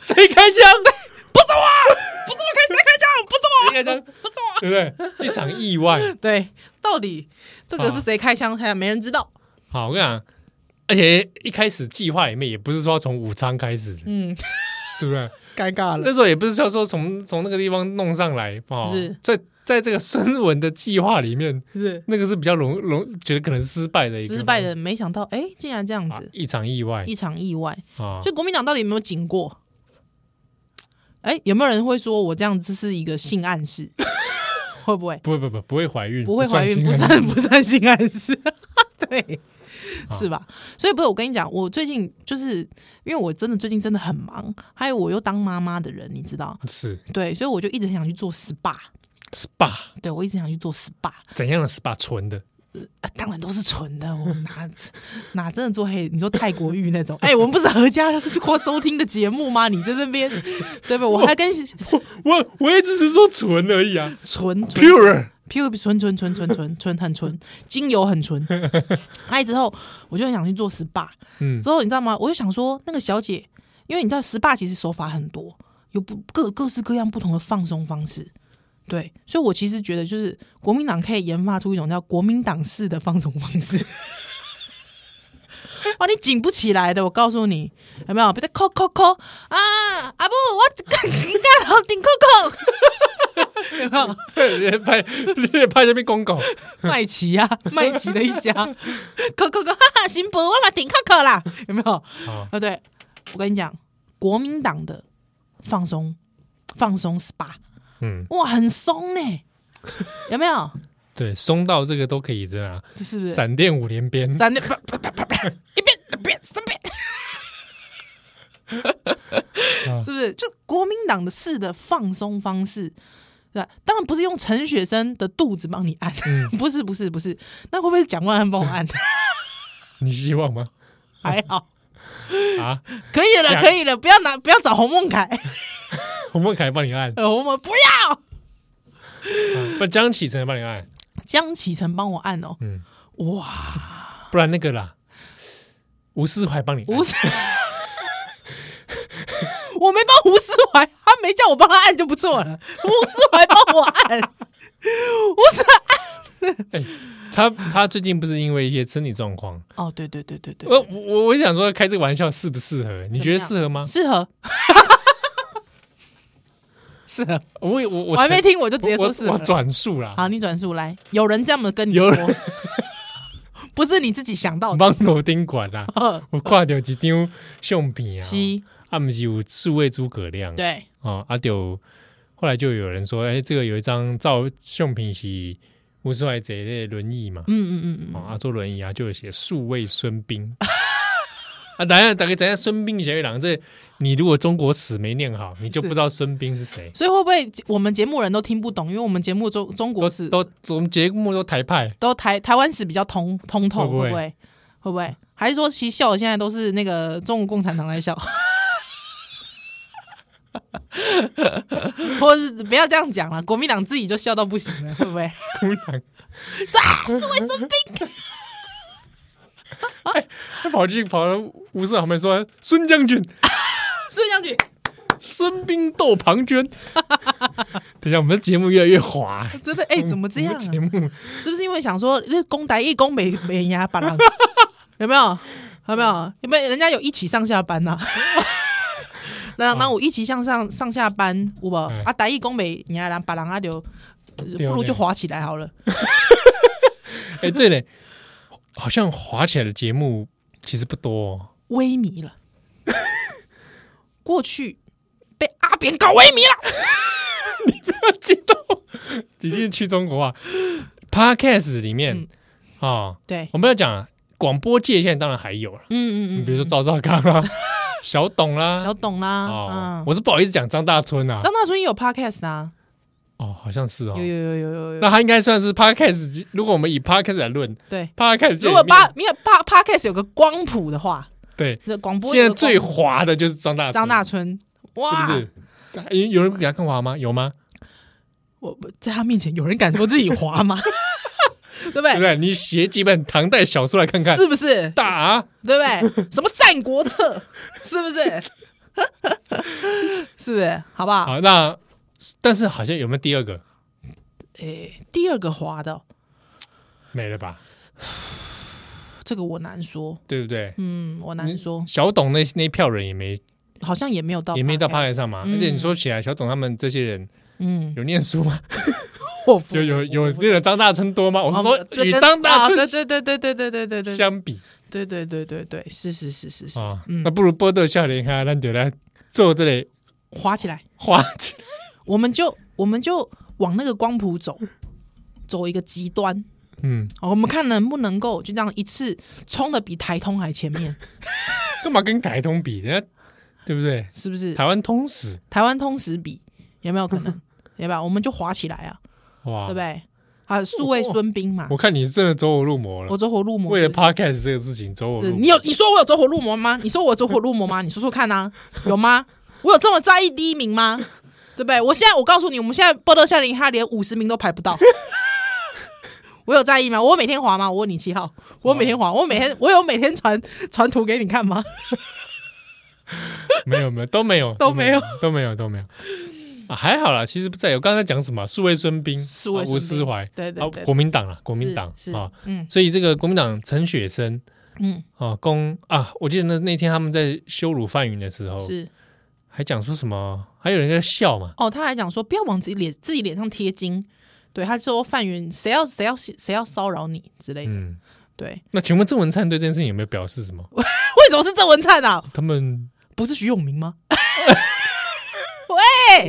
[SPEAKER 1] 谁开枪？
[SPEAKER 2] 不是我，不是我开谁开枪，不是我，
[SPEAKER 1] 谁开枪？
[SPEAKER 2] 不是我。
[SPEAKER 1] 对不对？一场意外。
[SPEAKER 2] 对，到底这个是谁开枪，还没人知道。
[SPEAKER 1] 好，我跟你讲，而且一开始计划里面也不是说要从武昌开始的，
[SPEAKER 2] 嗯，
[SPEAKER 1] 对不对？
[SPEAKER 2] 尴尬
[SPEAKER 1] 那。时候也不是说说从从那个地方弄上来哦
[SPEAKER 2] 是，
[SPEAKER 1] 在在这个孙文的计划里面，
[SPEAKER 2] 是
[SPEAKER 1] 那个是比较容容觉得可能失败的一个
[SPEAKER 2] 失败的，没想到，哎，竟然这样
[SPEAKER 1] 啊
[SPEAKER 2] 子，
[SPEAKER 1] 一场意外
[SPEAKER 2] 一场意外。
[SPEAKER 1] 啊
[SPEAKER 2] 所以国民党到底有没有警过？哎，有没有人会说我这样子是一个性暗 示？会不会？
[SPEAKER 1] 不会不会不会不会怀孕，
[SPEAKER 2] 不会怀孕，
[SPEAKER 1] 性
[SPEAKER 2] 不
[SPEAKER 1] 爱
[SPEAKER 2] 算 不算性暗示， 对，
[SPEAKER 1] 啊
[SPEAKER 2] 是吧？所以不是我跟你讲，我最近就是因为我真的最近真的很忙，还有我又当妈妈的人，你知道，
[SPEAKER 1] 是
[SPEAKER 2] 对，所以我就一直想去做 SPA，
[SPEAKER 1] SPA
[SPEAKER 2] 对我一直想去做 SPA，
[SPEAKER 1] 怎样的 SPA 纯的
[SPEAKER 2] 呃当然都是纯的，我们哪哪真的做黑？你说泰国浴那种？ 哎、我们不是合家或收听的节目吗？你在那边对不对？我还跟
[SPEAKER 1] 我我也只是说纯而已啊
[SPEAKER 2] 纯纯
[SPEAKER 1] ，pure。
[SPEAKER 2] P U 纯纯纯纯纯纯很纯，精油很纯。哎，之后我就很想去做 SPA。
[SPEAKER 1] 嗯
[SPEAKER 2] 之后你知道吗？我就想说，那个小姐，因为你知道 SPA 其实手法很多，有不各各式各样不同的放松方式。对，所以我其实觉得，就是国民党可以研发出一种叫国民党式的放松方式。哇，你紧不起来的，我告诉你，有没有？别再扣扣扣啊！阿布，我干干好顶扣扣。
[SPEAKER 1] 拍拍下面公狗，
[SPEAKER 2] 麦奇 啊，麦奇的一 家，可可 可，哈哈，行不，我嘛挺可可啦，有没有？
[SPEAKER 1] 好
[SPEAKER 2] 啊，对，我跟你讲，国民党的放松放松 SPA，
[SPEAKER 1] 嗯，
[SPEAKER 2] 哇，很松呢、有没有？
[SPEAKER 1] 对，松到这个都可以这样啊，
[SPEAKER 2] 这是不是？
[SPEAKER 1] 闪电五连鞭，
[SPEAKER 2] 三遍，啪啪啪啪一遍、两遍、三遍，是不是？就国民党的式的放松方式，对吧，当然不是用陈雪生的肚子帮你按， 不是，不是，不是，那会不会是蒋万安帮我按？
[SPEAKER 1] 你希望吗？
[SPEAKER 2] 还好。
[SPEAKER 1] 啊，
[SPEAKER 2] 可以了，
[SPEAKER 1] 假
[SPEAKER 2] 可以了，不要拿，不要找洪孟凯，
[SPEAKER 1] 洪孟凯帮你按，
[SPEAKER 2] 呃我们不要。
[SPEAKER 1] 不江启程帮你按，
[SPEAKER 2] 江启程帮我按哦，
[SPEAKER 1] 嗯，
[SPEAKER 2] 哇，
[SPEAKER 1] 不然那个啦，吴思怀帮你按
[SPEAKER 2] 吴，思，我没帮胡思怀，他没叫我帮他按就不错了，胡思怀帮我按，胡思怀
[SPEAKER 1] 他他最近不是因为一些身体状况，
[SPEAKER 2] 哦，对对对对对，
[SPEAKER 1] 我我我想说开这个玩笑适不适合？你觉得适合吗？
[SPEAKER 2] 适合，适合，
[SPEAKER 1] 我我我
[SPEAKER 2] 我还没听，我就直接说
[SPEAKER 1] 我
[SPEAKER 2] 适
[SPEAKER 1] 我
[SPEAKER 2] 合
[SPEAKER 1] 我
[SPEAKER 2] 了。
[SPEAKER 1] 转述啦，
[SPEAKER 2] 好，你转述来，有人这么跟你
[SPEAKER 1] 有
[SPEAKER 2] 说
[SPEAKER 1] 人，
[SPEAKER 2] 不是你自己想到的，
[SPEAKER 1] 帮楼顶管啦，我看到一张相片啊，
[SPEAKER 2] 七
[SPEAKER 1] 啊不是有数位诸葛亮，
[SPEAKER 2] 对，
[SPEAKER 1] 哦，啊就后来就有人说，哎、这个有一张照相片是吴思怀这类轮椅嘛，
[SPEAKER 2] 嗯嗯嗯
[SPEAKER 1] 哦
[SPEAKER 2] 嗯，
[SPEAKER 1] 啊坐轮椅啊就有写数位孙膑。 啊，等一下，大概等一下，孙膑小月郎，这你如果中国史没念好，你就不知道孙膑是谁。
[SPEAKER 2] 所以会不会我们节目人都听不懂？因为我们节目中中国
[SPEAKER 1] 都
[SPEAKER 2] 史
[SPEAKER 1] 都，我们节目都台派，
[SPEAKER 2] 都台台湾史比较通通透，
[SPEAKER 1] 会不
[SPEAKER 2] 会不
[SPEAKER 1] 会
[SPEAKER 2] 会？会不会？还是说其实笑的现在都是那个中国共产党在笑？ 或是不要这样讲了，国民党自己就笑到不行了，会不会？
[SPEAKER 1] 姑娘
[SPEAKER 2] 说啊，是为孙膑，
[SPEAKER 1] 他跑去跑到吴思旁边说：“孙将军，
[SPEAKER 2] 孙将军，
[SPEAKER 1] 孙膑斗庞涓。” 等一下，我们的节目越来越滑、欸，
[SPEAKER 2] 真的哎、怎么这样、
[SPEAKER 1] 我
[SPEAKER 2] 啊
[SPEAKER 1] 们？节目
[SPEAKER 2] 是不是因为想说那公台一公没没压把郎？ 有没有？有没有？有没有？人家有一起上下班呐、啊 那那我一起向上上下班，有无？
[SPEAKER 1] 哎
[SPEAKER 2] 啊，台一公没人家人把人啊就
[SPEAKER 1] 对
[SPEAKER 2] 不如就滑起来好了。
[SPEAKER 1] 哎、对嘞，好像滑起来的节目其实不多、哦。
[SPEAKER 2] 萎靡了，过去被阿扁搞萎靡了。
[SPEAKER 1] 激 动，一定去中国啊！Podcast 里
[SPEAKER 2] 嗯
[SPEAKER 1] 面啊、哦
[SPEAKER 2] 对，
[SPEAKER 1] 我们要讲啊广播界现在当然还有了，
[SPEAKER 2] 嗯嗯
[SPEAKER 1] 比如说赵少康 啦、小董啦
[SPEAKER 2] 嗯，，小董啦，
[SPEAKER 1] 哦
[SPEAKER 2] 啊，，
[SPEAKER 1] 我是不好意思讲张大春啊，
[SPEAKER 2] 张大春也有 podcast 啊，
[SPEAKER 1] 哦，好像是哦
[SPEAKER 2] 有。有有有有有，
[SPEAKER 1] 那他应该算是 podcast 界。如果我们以 podcast 来论
[SPEAKER 2] 对。
[SPEAKER 1] ，podcast 界
[SPEAKER 2] 如果
[SPEAKER 1] 里面
[SPEAKER 2] 八没有 pa podcast 有个光谱的话，
[SPEAKER 1] 对，
[SPEAKER 2] 这广播
[SPEAKER 1] 现
[SPEAKER 2] 有
[SPEAKER 1] 在
[SPEAKER 2] 个
[SPEAKER 1] 最
[SPEAKER 2] 光谱
[SPEAKER 1] 滑的就是张大
[SPEAKER 2] 张大
[SPEAKER 1] 春，
[SPEAKER 2] 春，
[SPEAKER 1] 是
[SPEAKER 2] 哇，
[SPEAKER 1] 不是？有有人给他更滑吗？有吗？
[SPEAKER 2] 我在他面前有人敢说自己 滑吗？对
[SPEAKER 1] 对
[SPEAKER 2] 不
[SPEAKER 1] 不
[SPEAKER 2] 对？
[SPEAKER 1] 对？哎你写几本唐代小说来看看，
[SPEAKER 2] 哎是不是？
[SPEAKER 1] 大啊
[SPEAKER 2] 对不对？什么《战国策》是不 是？是不是？好不好？
[SPEAKER 1] 好，那但是好像有没有第二个
[SPEAKER 2] 诶，第二个滑的
[SPEAKER 1] 没了吧？
[SPEAKER 2] 这个我难说，
[SPEAKER 1] 对不对？
[SPEAKER 2] 嗯，我难说，
[SPEAKER 1] 小董那那一票人也没
[SPEAKER 2] 好像也没有到，
[SPEAKER 1] 也没到趴台，上嘛，
[SPEAKER 2] 嗯
[SPEAKER 1] 而且你说起来，小董他们这些人
[SPEAKER 2] 嗯，
[SPEAKER 1] 有念书吗？
[SPEAKER 2] 我服
[SPEAKER 1] 有有有
[SPEAKER 2] 我服
[SPEAKER 1] 那个张大春多吗？我是
[SPEAKER 2] 哦
[SPEAKER 1] 说
[SPEAKER 2] 对
[SPEAKER 1] 与
[SPEAKER 2] 跟
[SPEAKER 1] 张大
[SPEAKER 2] 啊
[SPEAKER 1] 春
[SPEAKER 2] 对对对对对对对对对对
[SPEAKER 1] 相比
[SPEAKER 2] 对对对对对，是是是是是，
[SPEAKER 1] 啊，
[SPEAKER 2] 嗯
[SPEAKER 1] 那，不如波特笑脸哈，那就来做这类
[SPEAKER 2] 滑起来，
[SPEAKER 1] 花钱。
[SPEAKER 2] 我们就我们就往那个光谱走，走一个极端，
[SPEAKER 1] 嗯，
[SPEAKER 2] 哦，我们看能不能够就这样一次冲的比台通还前 面，
[SPEAKER 1] 干嘛跟台通比？人家对不对？
[SPEAKER 2] 是不是？
[SPEAKER 1] 台湾通史
[SPEAKER 2] 台湾通史比有没有可能？要不要？我们就滑起来啊，
[SPEAKER 1] 哇，
[SPEAKER 2] 对不对？啊，数位孙兵嘛
[SPEAKER 1] 我，看你真的走火入魔了
[SPEAKER 2] 我。走火入魔
[SPEAKER 1] 为
[SPEAKER 2] 是
[SPEAKER 1] 了
[SPEAKER 2] 不是。
[SPEAKER 1] podcast 这个事情走火
[SPEAKER 2] 是
[SPEAKER 1] 入魔，
[SPEAKER 2] 你有你说我有走火入魔吗？你说我有走火入魔吗？你说说看啊，有吗？我有这么在意第一名吗？对不对？我现在我告诉你，我们现在波多夏林他连五十名都排不到。我有在意吗？我有每天滑吗？我问你七号，我有每天滑，我有每天我有每天传传图给你看吗？
[SPEAKER 1] 没有 没有都没有
[SPEAKER 2] 都没有
[SPEAKER 1] 都没有都没有啊，还好啦，其实不在。我刚才讲什么？数位孙兵，
[SPEAKER 2] 数位
[SPEAKER 1] 啊
[SPEAKER 2] 孙兵
[SPEAKER 1] 吴思怀，
[SPEAKER 2] 对对
[SPEAKER 1] 啊
[SPEAKER 2] 对，
[SPEAKER 1] 国民党啦，国民
[SPEAKER 2] 是
[SPEAKER 1] 党
[SPEAKER 2] 是
[SPEAKER 1] 啊，
[SPEAKER 2] 嗯
[SPEAKER 1] 所以这个国民党陈雪生
[SPEAKER 2] 嗯
[SPEAKER 1] 啊，公啊，我记得那那天他们在羞辱范云的时候，
[SPEAKER 2] 是
[SPEAKER 1] 还讲说什么，还有人在笑嘛，
[SPEAKER 2] 哦，他还讲说不要往自己脸自己脸上贴金，对他说范云谁要谁要谁要骚扰你之类的，
[SPEAKER 1] 嗯。
[SPEAKER 2] 对，
[SPEAKER 1] 那请问郑文灿对这件事情有没有表示什么？
[SPEAKER 2] 为什么是郑文灿啊？
[SPEAKER 1] 他们
[SPEAKER 2] 不是徐永明吗？
[SPEAKER 1] 喂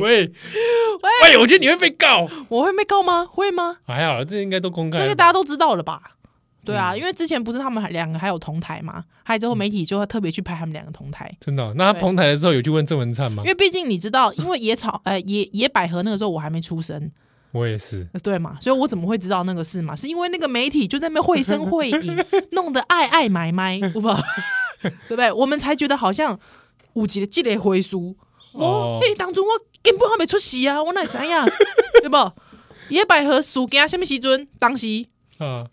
[SPEAKER 1] 喂，我觉得你会被告。
[SPEAKER 2] 我会被告吗？会吗？
[SPEAKER 1] 还好啦，这应该都公开了吧。
[SPEAKER 2] 这个大家都知道了吧？对
[SPEAKER 1] 嗯
[SPEAKER 2] 啊，因为之前不是他们两个还有同台嘛，还有之后媒体就会特别去拍他们两个同台，
[SPEAKER 1] 真的哦、那他
[SPEAKER 2] 对
[SPEAKER 1] 彭台的时候有去问郑文灿吗
[SPEAKER 2] 因？为毕竟你知道，因为野草呃野野百合那个时候我还没出生，
[SPEAKER 1] 我也是，
[SPEAKER 2] 呃对嘛，所以我怎么会知道那个事嘛？是因为那个媒体就在那边绘声绘影，弄得爱爱埋埋，对不？对不对？我们才觉得好像有一个积累回书，
[SPEAKER 1] 哦
[SPEAKER 2] 我那当中我根本还没出席啊， 我哪会知样？对不？野百合事件什么时阵？当时
[SPEAKER 1] 啊，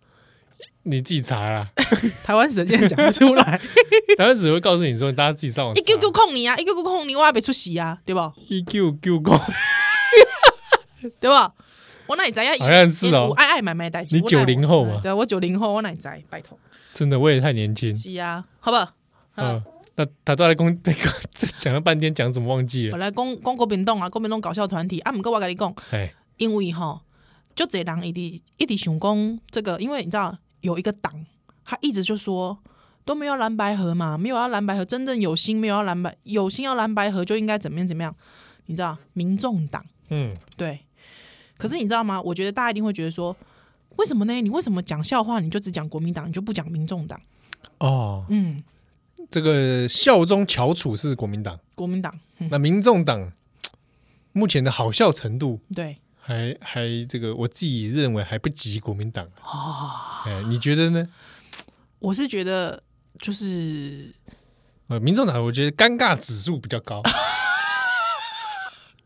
[SPEAKER 1] 你自己查啦，
[SPEAKER 2] 台湾神现在讲不出来，
[SPEAKER 1] 台湾只会告诉你说，大家自己上网查。
[SPEAKER 2] 一 Q Q 控你啊，一 Q Q 控你，我还没出席啊，对不？
[SPEAKER 1] 一 Q Q 公，
[SPEAKER 2] 对不？我哪会知影？
[SPEAKER 1] 好像是哦
[SPEAKER 2] 我爱爱买买代志。
[SPEAKER 1] 你
[SPEAKER 2] 我哪有
[SPEAKER 1] 90后啊嘛
[SPEAKER 2] 对，我九零后，我哪会知？拜托，
[SPEAKER 1] 真的我也太年轻
[SPEAKER 2] 是啊，好不 好？
[SPEAKER 1] 啊。那他都在公 在公这讲了半天，讲什么忘记
[SPEAKER 2] 本
[SPEAKER 1] 了？
[SPEAKER 2] 来讲讲国民党啊，国民党搞笑团体啊，毋过我甲你讲，
[SPEAKER 1] 哎，
[SPEAKER 2] 因为吼，就这人一直一直想讲这个，因为你知道有一个党，他一直就说都没有蓝白河嘛，没有要蓝白河，真正有心没有要蓝白，有心要蓝白河就应该怎么样怎么样，你知道，民众党
[SPEAKER 1] 嗯，
[SPEAKER 2] 对。可是你知道吗？我觉得大家一定会觉得说，为什么呢？你为什么讲笑话你就只讲国民党，你就不讲民众党？
[SPEAKER 1] 哦，
[SPEAKER 2] 嗯，
[SPEAKER 1] 这个效忠乔楚是国民党，
[SPEAKER 2] 国民党，嗯，
[SPEAKER 1] 那民众党目前的好笑程度
[SPEAKER 2] 对，
[SPEAKER 1] 还还这个，我自己认为还不及国民党
[SPEAKER 2] 哦
[SPEAKER 1] 啊。哎，你觉得呢？
[SPEAKER 2] 我是觉得就是
[SPEAKER 1] 呃，民众党我觉得尴尬指数比较 高，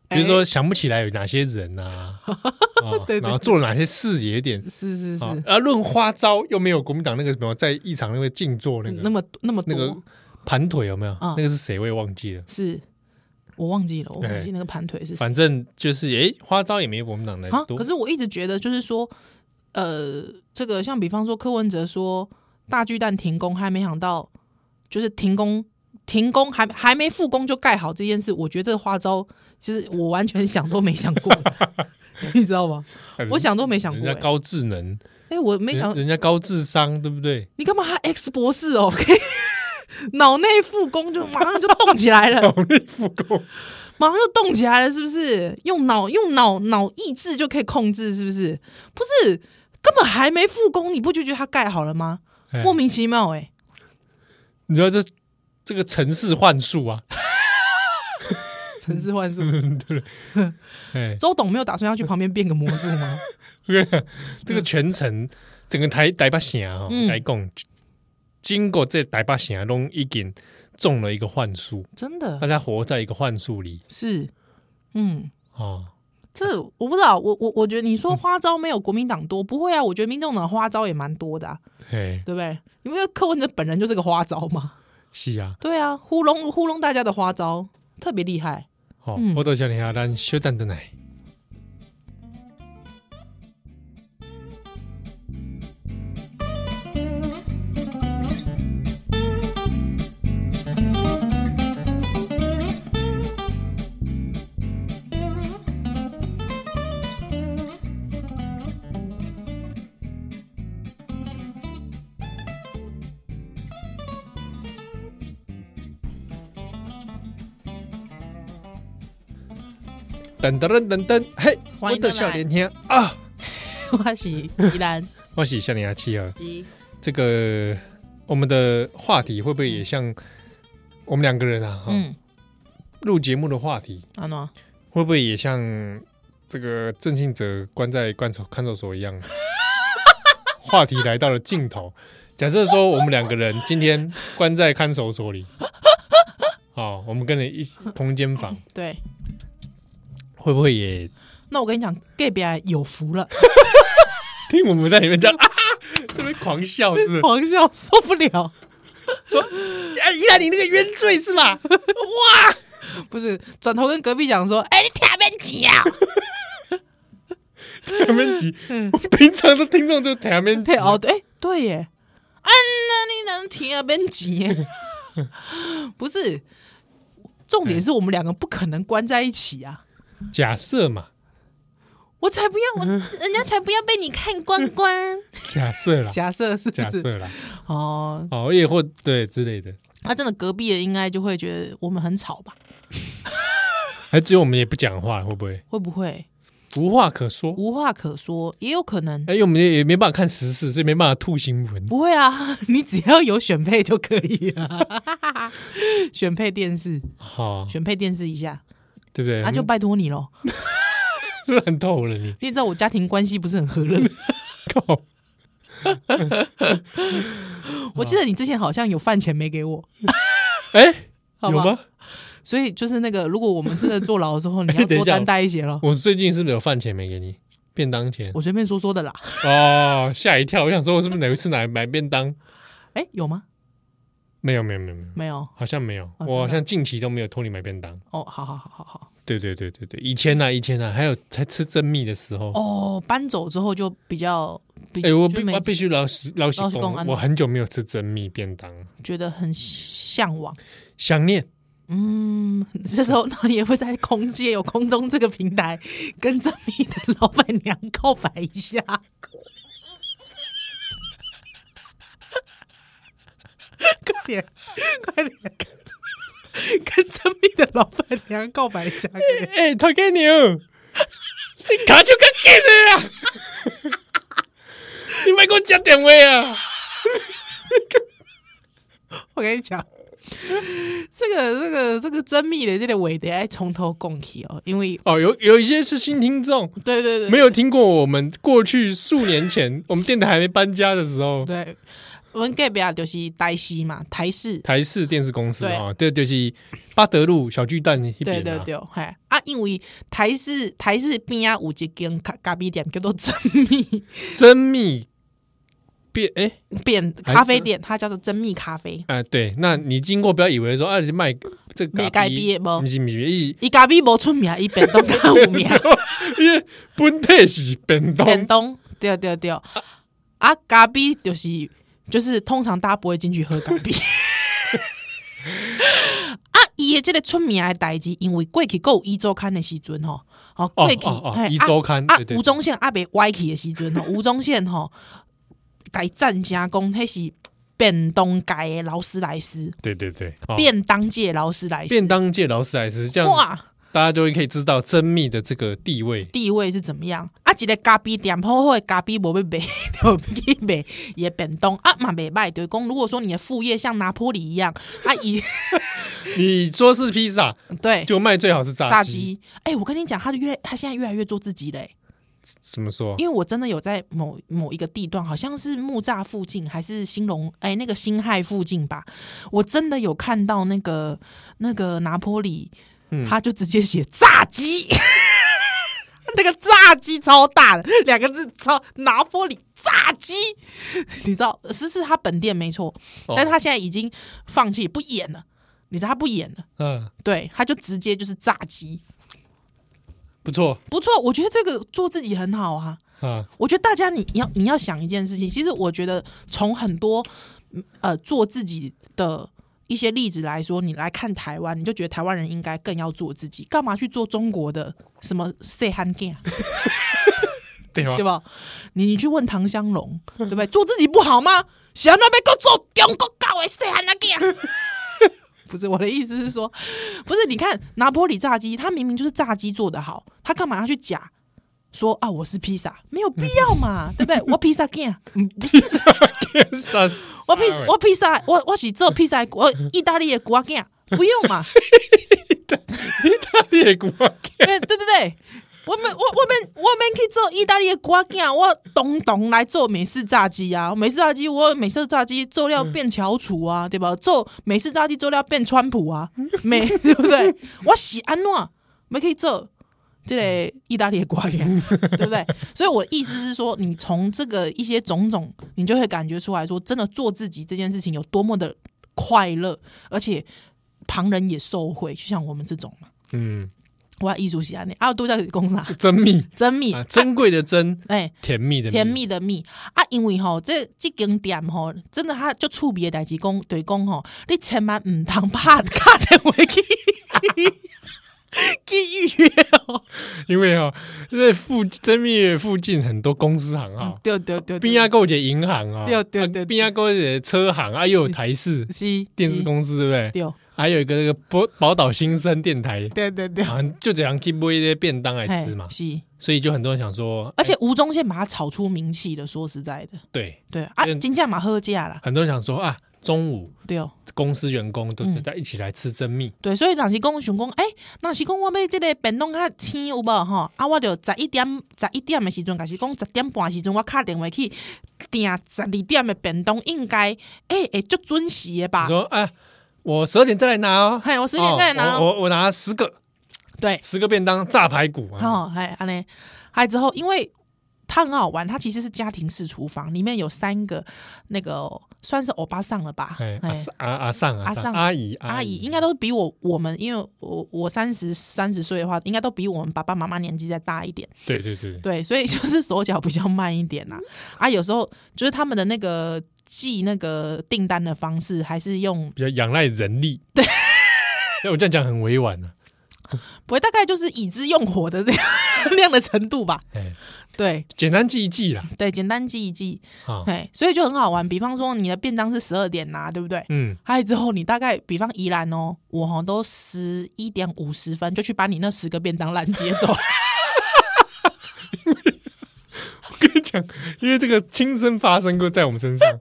[SPEAKER 1] 比如
[SPEAKER 2] 哎
[SPEAKER 1] 说想不起来有哪些人呐、啊，啊
[SPEAKER 2] 对对
[SPEAKER 1] 然后做了哪些事也有点
[SPEAKER 2] 是是是，
[SPEAKER 1] 啊，啊，论花招又没有国民党那个什么在议场那个静坐那
[SPEAKER 2] 嗯
[SPEAKER 1] 个、
[SPEAKER 2] 那么那么
[SPEAKER 1] 那
[SPEAKER 2] 多、
[SPEAKER 1] 个盘腿有没有？
[SPEAKER 2] 啊
[SPEAKER 1] 那个是谁我也忘记了，
[SPEAKER 2] 是，我忘记了，我忘
[SPEAKER 1] 哎
[SPEAKER 2] 记那个盘腿是谁
[SPEAKER 1] 反正就是诶、花招也没有国民党来
[SPEAKER 2] 啊？
[SPEAKER 1] 多
[SPEAKER 2] 可，是我一直觉得就是说，呃，这个像比方说柯文哲说大巨蛋停工，还没想到就是停工。停工还还没复工就盖好这件事，我觉得这个花招，其实我完全想都 没想过，你知道吗？
[SPEAKER 1] 哎
[SPEAKER 2] 我想都没想
[SPEAKER 1] 人
[SPEAKER 2] 过、
[SPEAKER 1] 家
[SPEAKER 2] 哎，
[SPEAKER 1] 高智能，
[SPEAKER 2] 哎我没
[SPEAKER 1] 人
[SPEAKER 2] 想，
[SPEAKER 1] 人家高智商，对不 对？
[SPEAKER 2] 你干嘛还 X 博士哦？可以 脑内复工就马上就动起来了，
[SPEAKER 1] 脑力复工，
[SPEAKER 2] 马上就动起来了，是不是？用脑用脑脑意志就可以控制，是不是？不是，根本还没复工，你不就觉得它盖好了吗？
[SPEAKER 1] 哎
[SPEAKER 2] 莫名其妙哎、欸，
[SPEAKER 1] 你知道这这个城市幻术啊，
[SPEAKER 2] 城市幻术。
[SPEAKER 1] 哎，
[SPEAKER 2] 周董没有打算要去旁边变个魔术 吗？
[SPEAKER 1] 这个全城整个台台北城哈、
[SPEAKER 2] 嗯
[SPEAKER 1] 来讲，经过这台北城都已经中了一个幻术，
[SPEAKER 2] 真
[SPEAKER 1] 大
[SPEAKER 2] 的
[SPEAKER 1] 家活在一个幻术里
[SPEAKER 2] 是，嗯，
[SPEAKER 1] 啊。哦
[SPEAKER 2] 这我不知道，我我我觉得你
[SPEAKER 1] 嗯
[SPEAKER 2] 说花招没有国民党多，不会啊，我觉得民众党的花招也蛮多的、啊，
[SPEAKER 1] 嘿，
[SPEAKER 2] 对不对？因为柯文哲本人就是个花招嘛，
[SPEAKER 1] 是啊，
[SPEAKER 2] 对啊，糊弄糊弄大家的花招特别厉害。
[SPEAKER 1] 哦，
[SPEAKER 2] 嗯
[SPEAKER 1] 我都想你啊，咱小等等来。等等等等等，嘿，我
[SPEAKER 2] 欢迎回来
[SPEAKER 1] 的笑脸兄啊，
[SPEAKER 2] 我是宜兰
[SPEAKER 1] 我是笑脸阿七啊。
[SPEAKER 2] 及
[SPEAKER 1] 这个我们的话题会不会也像我们两个人啊？哈、
[SPEAKER 2] 嗯，
[SPEAKER 1] 录节目的话题
[SPEAKER 2] 阿诺。
[SPEAKER 1] 会不会也像这个郑信哲关在关守看守所一 样。话题来到了尽头，假设说我们两个人今天关在看守所里，哦，我们跟你一起同间房，
[SPEAKER 2] 对，
[SPEAKER 1] 会不会也
[SPEAKER 2] 那我跟你讲，gay 别有福 了，
[SPEAKER 1] 听我们在里面这 样啊，这边狂笑是不是？
[SPEAKER 2] 狂笑受不了。
[SPEAKER 1] 说，啊，依然你那个冤罪是吧？哇，
[SPEAKER 2] 不是，转头跟隔壁讲说：“哎、你听边急啊
[SPEAKER 1] 台面集，我们平常的听众就台面！”集
[SPEAKER 2] 对哦，对，哎对耶，啊，那你能听边急？ 不是，重点是我们两个不可能关在一起啊！
[SPEAKER 1] 假设嘛，
[SPEAKER 2] 我才不 要，我人家才不要被你看光 光。
[SPEAKER 1] 假设啦，
[SPEAKER 2] 假设是不
[SPEAKER 1] 假
[SPEAKER 2] 是？
[SPEAKER 1] 设啦，
[SPEAKER 2] 哦，
[SPEAKER 1] 哦，也或对之类的，
[SPEAKER 2] 那、真的隔壁的应该就会觉得我们很吵吧？
[SPEAKER 1] 还只有我们也不讲话了，会不会
[SPEAKER 2] 会不会
[SPEAKER 1] 无话可说？
[SPEAKER 2] 无话可说？也有可能。
[SPEAKER 1] 哎，因为我们也也没办法看时事，所以没办法吐新闻。
[SPEAKER 2] 不会啊， 你只要有选配就可以了。 选配电视，
[SPEAKER 1] 好，
[SPEAKER 2] 选配电视一下，
[SPEAKER 1] 对不对？
[SPEAKER 2] 啊， 就拜托你喽。
[SPEAKER 1] 烂透了 你，
[SPEAKER 2] 你也知道我家庭关系不是很和 乐，
[SPEAKER 1] 靠！
[SPEAKER 2] 我记得你之前好像有饭钱没给我，
[SPEAKER 1] 哎，
[SPEAKER 2] 好
[SPEAKER 1] 有
[SPEAKER 2] 吧
[SPEAKER 1] 吗？
[SPEAKER 2] 所以就是那个，如果我们真的坐牢的时候，你
[SPEAKER 1] 哎
[SPEAKER 2] 要
[SPEAKER 1] 等一
[SPEAKER 2] 多
[SPEAKER 1] 下
[SPEAKER 2] 担待一些咯。
[SPEAKER 1] 我最近是不是有饭钱没给你？便当钱
[SPEAKER 2] 我随便说说的啦，
[SPEAKER 1] 哦，吓一跳！我想说，我是不是哪一次哪买便当？
[SPEAKER 2] 哎，有吗？
[SPEAKER 1] 没有，没有，没有，没有。
[SPEAKER 2] 没有。
[SPEAKER 1] 好像没有，
[SPEAKER 2] 哦真的啊
[SPEAKER 1] 我好像近期都没有托你买便当。
[SPEAKER 2] 哦，好好好好好。
[SPEAKER 1] 对对对对对，以前呢、啊，以前呢、啊，还有才吃珍蜜的时候，哎、
[SPEAKER 2] 哦，搬走之后就比较，比
[SPEAKER 1] 我
[SPEAKER 2] 就
[SPEAKER 1] 必
[SPEAKER 2] 没
[SPEAKER 1] 我必须老实老实
[SPEAKER 2] 老实讲
[SPEAKER 1] 讲，
[SPEAKER 2] 安
[SPEAKER 1] 我很久没有吃珍蜜便当，
[SPEAKER 2] 觉得很向往。
[SPEAKER 1] 想念。
[SPEAKER 2] 嗯，这时候那 也会在空界有空中这个平台跟正义的老板娘告白一下。 快点，快点，跟正义的老板娘告白一下！快点
[SPEAKER 1] 哎、欸，陶给牛，你 卡就卡给的啊！ 你别给我加点位啊！
[SPEAKER 2] 我跟你讲，这个、这个、这个真密的这个尾的要从头供起哦，因为
[SPEAKER 1] 哦，有有一些是新听众，
[SPEAKER 2] 对对对，
[SPEAKER 1] 没有听过我们过去数年 前我们电台还没搬家的时候，
[SPEAKER 2] 对，我们隔壁啊就是台西嘛，台式
[SPEAKER 1] 台式电视公司
[SPEAKER 2] 对
[SPEAKER 1] 啊、哦，对，就是八德路小巨蛋那边、
[SPEAKER 2] 对
[SPEAKER 1] 啊，
[SPEAKER 2] 对对，嘿啊，因为台式台式边啊有一间咖咖啡店叫做真蜜
[SPEAKER 1] 珍蜜变哎。
[SPEAKER 2] 变
[SPEAKER 1] 还
[SPEAKER 2] 咖啡
[SPEAKER 1] 是
[SPEAKER 2] 店，它叫做真蜜咖啡。
[SPEAKER 1] 啊、对，那你经过不要以为说啊，你卖这个
[SPEAKER 2] 卖咖啡吗
[SPEAKER 1] 不是 不是，伊
[SPEAKER 2] 伊咖啡无出名，伊便当较有名，
[SPEAKER 1] 伊本体是便当，
[SPEAKER 2] 便当对啊对对。啊，咖啡就是就是通常大家不会进去喝咖啡。 啊，伊的这个出名的代志，因为过去还有伊周刊的时阵吼，哦，过去
[SPEAKER 1] 哦哦
[SPEAKER 2] 嘿
[SPEAKER 1] 伊
[SPEAKER 2] 啊
[SPEAKER 1] 周刊
[SPEAKER 2] 啊
[SPEAKER 1] 对，对
[SPEAKER 2] 吴宗宪阿伯歪去的时阵吼，吴宗宪吼，改战加工，迄是便当界的劳斯莱斯，
[SPEAKER 1] 对对对，哦、
[SPEAKER 2] 便当界的劳斯莱斯，
[SPEAKER 1] 便当界劳斯莱斯，这样
[SPEAKER 2] 哇，
[SPEAKER 1] 大家就会可以知道珍蜜的这个地位。
[SPEAKER 2] 地位是怎么样？啊，一个咖啡店好好的咖啡无要卖，就去卖伊的便当啊，嘛袂歹，就是讲如果说你的副业像拿破里一样，啊，伊
[SPEAKER 1] 你说是披萨，
[SPEAKER 2] 对
[SPEAKER 1] 就卖最好是炸
[SPEAKER 2] 炸
[SPEAKER 1] 鸡，
[SPEAKER 2] 鸡，哎、我跟你讲，他就越他现在越来越做自己嘞、
[SPEAKER 1] 怎么说？
[SPEAKER 2] 因为我真的有在某某一个地段，好像是木栅附近还是兴隆哎那个辛亥附近吧，我真的有看到那个那个拿坡里，他就直接写炸鸡， 那个炸鸡超大的两个字超拿坡里炸鸡，你知道是是他本店没错，
[SPEAKER 1] 哦
[SPEAKER 2] 但他现在已经放弃不演了，你知道他不演了，
[SPEAKER 1] 嗯，
[SPEAKER 2] 对，他就直接就是炸鸡，
[SPEAKER 1] 不错
[SPEAKER 2] 不错，我觉得这个做自己很好啊。
[SPEAKER 1] 啊，
[SPEAKER 2] 我觉得大家你你要你要想一件事情，其实我觉得从很多嗯呃做自己的一些例子来说，你来看台湾，你就觉得台湾人应该更要做自己，干嘛去做中国的什么 say 啊 han g a
[SPEAKER 1] 对吧
[SPEAKER 2] 对？吧？你你去问唐香龙，对不对？做自己不好吗？想那边够做中国搞的 say han g a 不是我的意思是说，不是你看拿坡里炸鸡，它明明就是炸鸡做的好，它干嘛要去假说啊我是披萨？没有必要嘛，对不对？我披萨干，嗯不是
[SPEAKER 1] 萨
[SPEAKER 2] 我 披我披萨，我我是做披萨，我意大利的国干，不用嘛，
[SPEAKER 1] 列古，
[SPEAKER 2] 对对不对？我们我我们我们去做意大利的瓜干，我懂懂来做美式炸鸡啊！美式炸鸡，我美式炸鸡做料变翘楚啊，对吧？做美式炸鸡做料变川普啊，美对不对？我喜安诺，没可以做这个意大利的瓜干，对不对？所以我的意思是说，你从这个一些种种，你就会感觉出来说，真的做自己这件事情有多么的快乐，而且旁人也受惠，就像我们这种嘛。
[SPEAKER 1] 嗯，
[SPEAKER 2] 我要艺术喜欢你啊，有度假公司啊，
[SPEAKER 1] 珍蜜
[SPEAKER 2] 真蜜
[SPEAKER 1] 啊，珍贵的珍，
[SPEAKER 2] 哎、
[SPEAKER 1] 甜蜜的
[SPEAKER 2] 甜，蜜的蜜啊，因为吼，这这间店吼，真的它就触别代志讲，对讲吼，你千万唔通拍卡电话去 去预约哦，
[SPEAKER 1] 因为哦，在附珍蜜的附近很多公司行号，
[SPEAKER 2] 对对对，
[SPEAKER 1] 边啊购姐银行啊，
[SPEAKER 2] 嗯对对对对
[SPEAKER 1] 边啊购姐车行啊，又有台视
[SPEAKER 2] 是
[SPEAKER 1] 电视公司，对不对？
[SPEAKER 2] 对
[SPEAKER 1] 还有一个那个宝宝岛新生电台，
[SPEAKER 2] 对对对，
[SPEAKER 1] 啊，就这样 keep 一些便当来吃嘛
[SPEAKER 2] 嘿，是，
[SPEAKER 1] 所以就很多人想说，啊
[SPEAKER 2] 而且吴宗宪把它炒出名气的，说实在的，
[SPEAKER 1] 对，
[SPEAKER 2] 对啊，
[SPEAKER 1] 嗯
[SPEAKER 2] 金价嘛喝价啦，
[SPEAKER 1] 很多人想说啊，中午
[SPEAKER 2] 对哦。
[SPEAKER 1] 公司员工都
[SPEAKER 2] 嗯
[SPEAKER 1] 大家一起来吃珍蜜，
[SPEAKER 2] 对，所以若是讲想讲，诶、若是讲我要即个便当较鲜有无吼？啊，我着十一点十一点的时阵，还是讲十点半的时阵，我敲电话去订十二点的便当，应该诶会足准时的
[SPEAKER 1] 你
[SPEAKER 2] 吧？
[SPEAKER 1] 说啊，我十二点再来拿哦，
[SPEAKER 2] 嘿，我十点再来拿
[SPEAKER 1] 哦
[SPEAKER 2] 哦。
[SPEAKER 1] 我我我拿十个
[SPEAKER 2] 对，
[SPEAKER 1] 十个便当炸排骨啊，
[SPEAKER 2] 好，还安尼，还之后，因为它很好玩，它其实是家庭式厨房，里面有三个那个算是欧巴桑了吧？
[SPEAKER 1] 哎
[SPEAKER 2] 嘿
[SPEAKER 1] 阿阿阿上
[SPEAKER 2] 阿
[SPEAKER 1] 阿
[SPEAKER 2] 上
[SPEAKER 1] 上阿姨
[SPEAKER 2] 阿姨应该都比我我们，因为我我三十三十岁的话，应该都比我们爸爸妈妈年纪再大一点。
[SPEAKER 1] 对对对，
[SPEAKER 2] 对，所以就是手脚比较慢一点啦、啊。有时候就是他们的那个寄那个订单的方式，还是用
[SPEAKER 1] 比较仰赖人力，对， 我这样讲很委婉啊呢，
[SPEAKER 2] 不会大概就是已知用火的那样 那样的程度吧。
[SPEAKER 1] 哎，
[SPEAKER 2] 对
[SPEAKER 1] 简单记一记啦，
[SPEAKER 2] 对，简单记一记，
[SPEAKER 1] 啊，
[SPEAKER 2] 对，所以就很好玩。比方说你的便当是十二点拿、对不对？
[SPEAKER 1] 嗯，
[SPEAKER 2] 还有之后你大概，比方宜兰哦，我好像都十一点五十分就去把你那十个便当拦截走了。
[SPEAKER 1] 跟你讲，因为这个亲身发生过在我们身 上，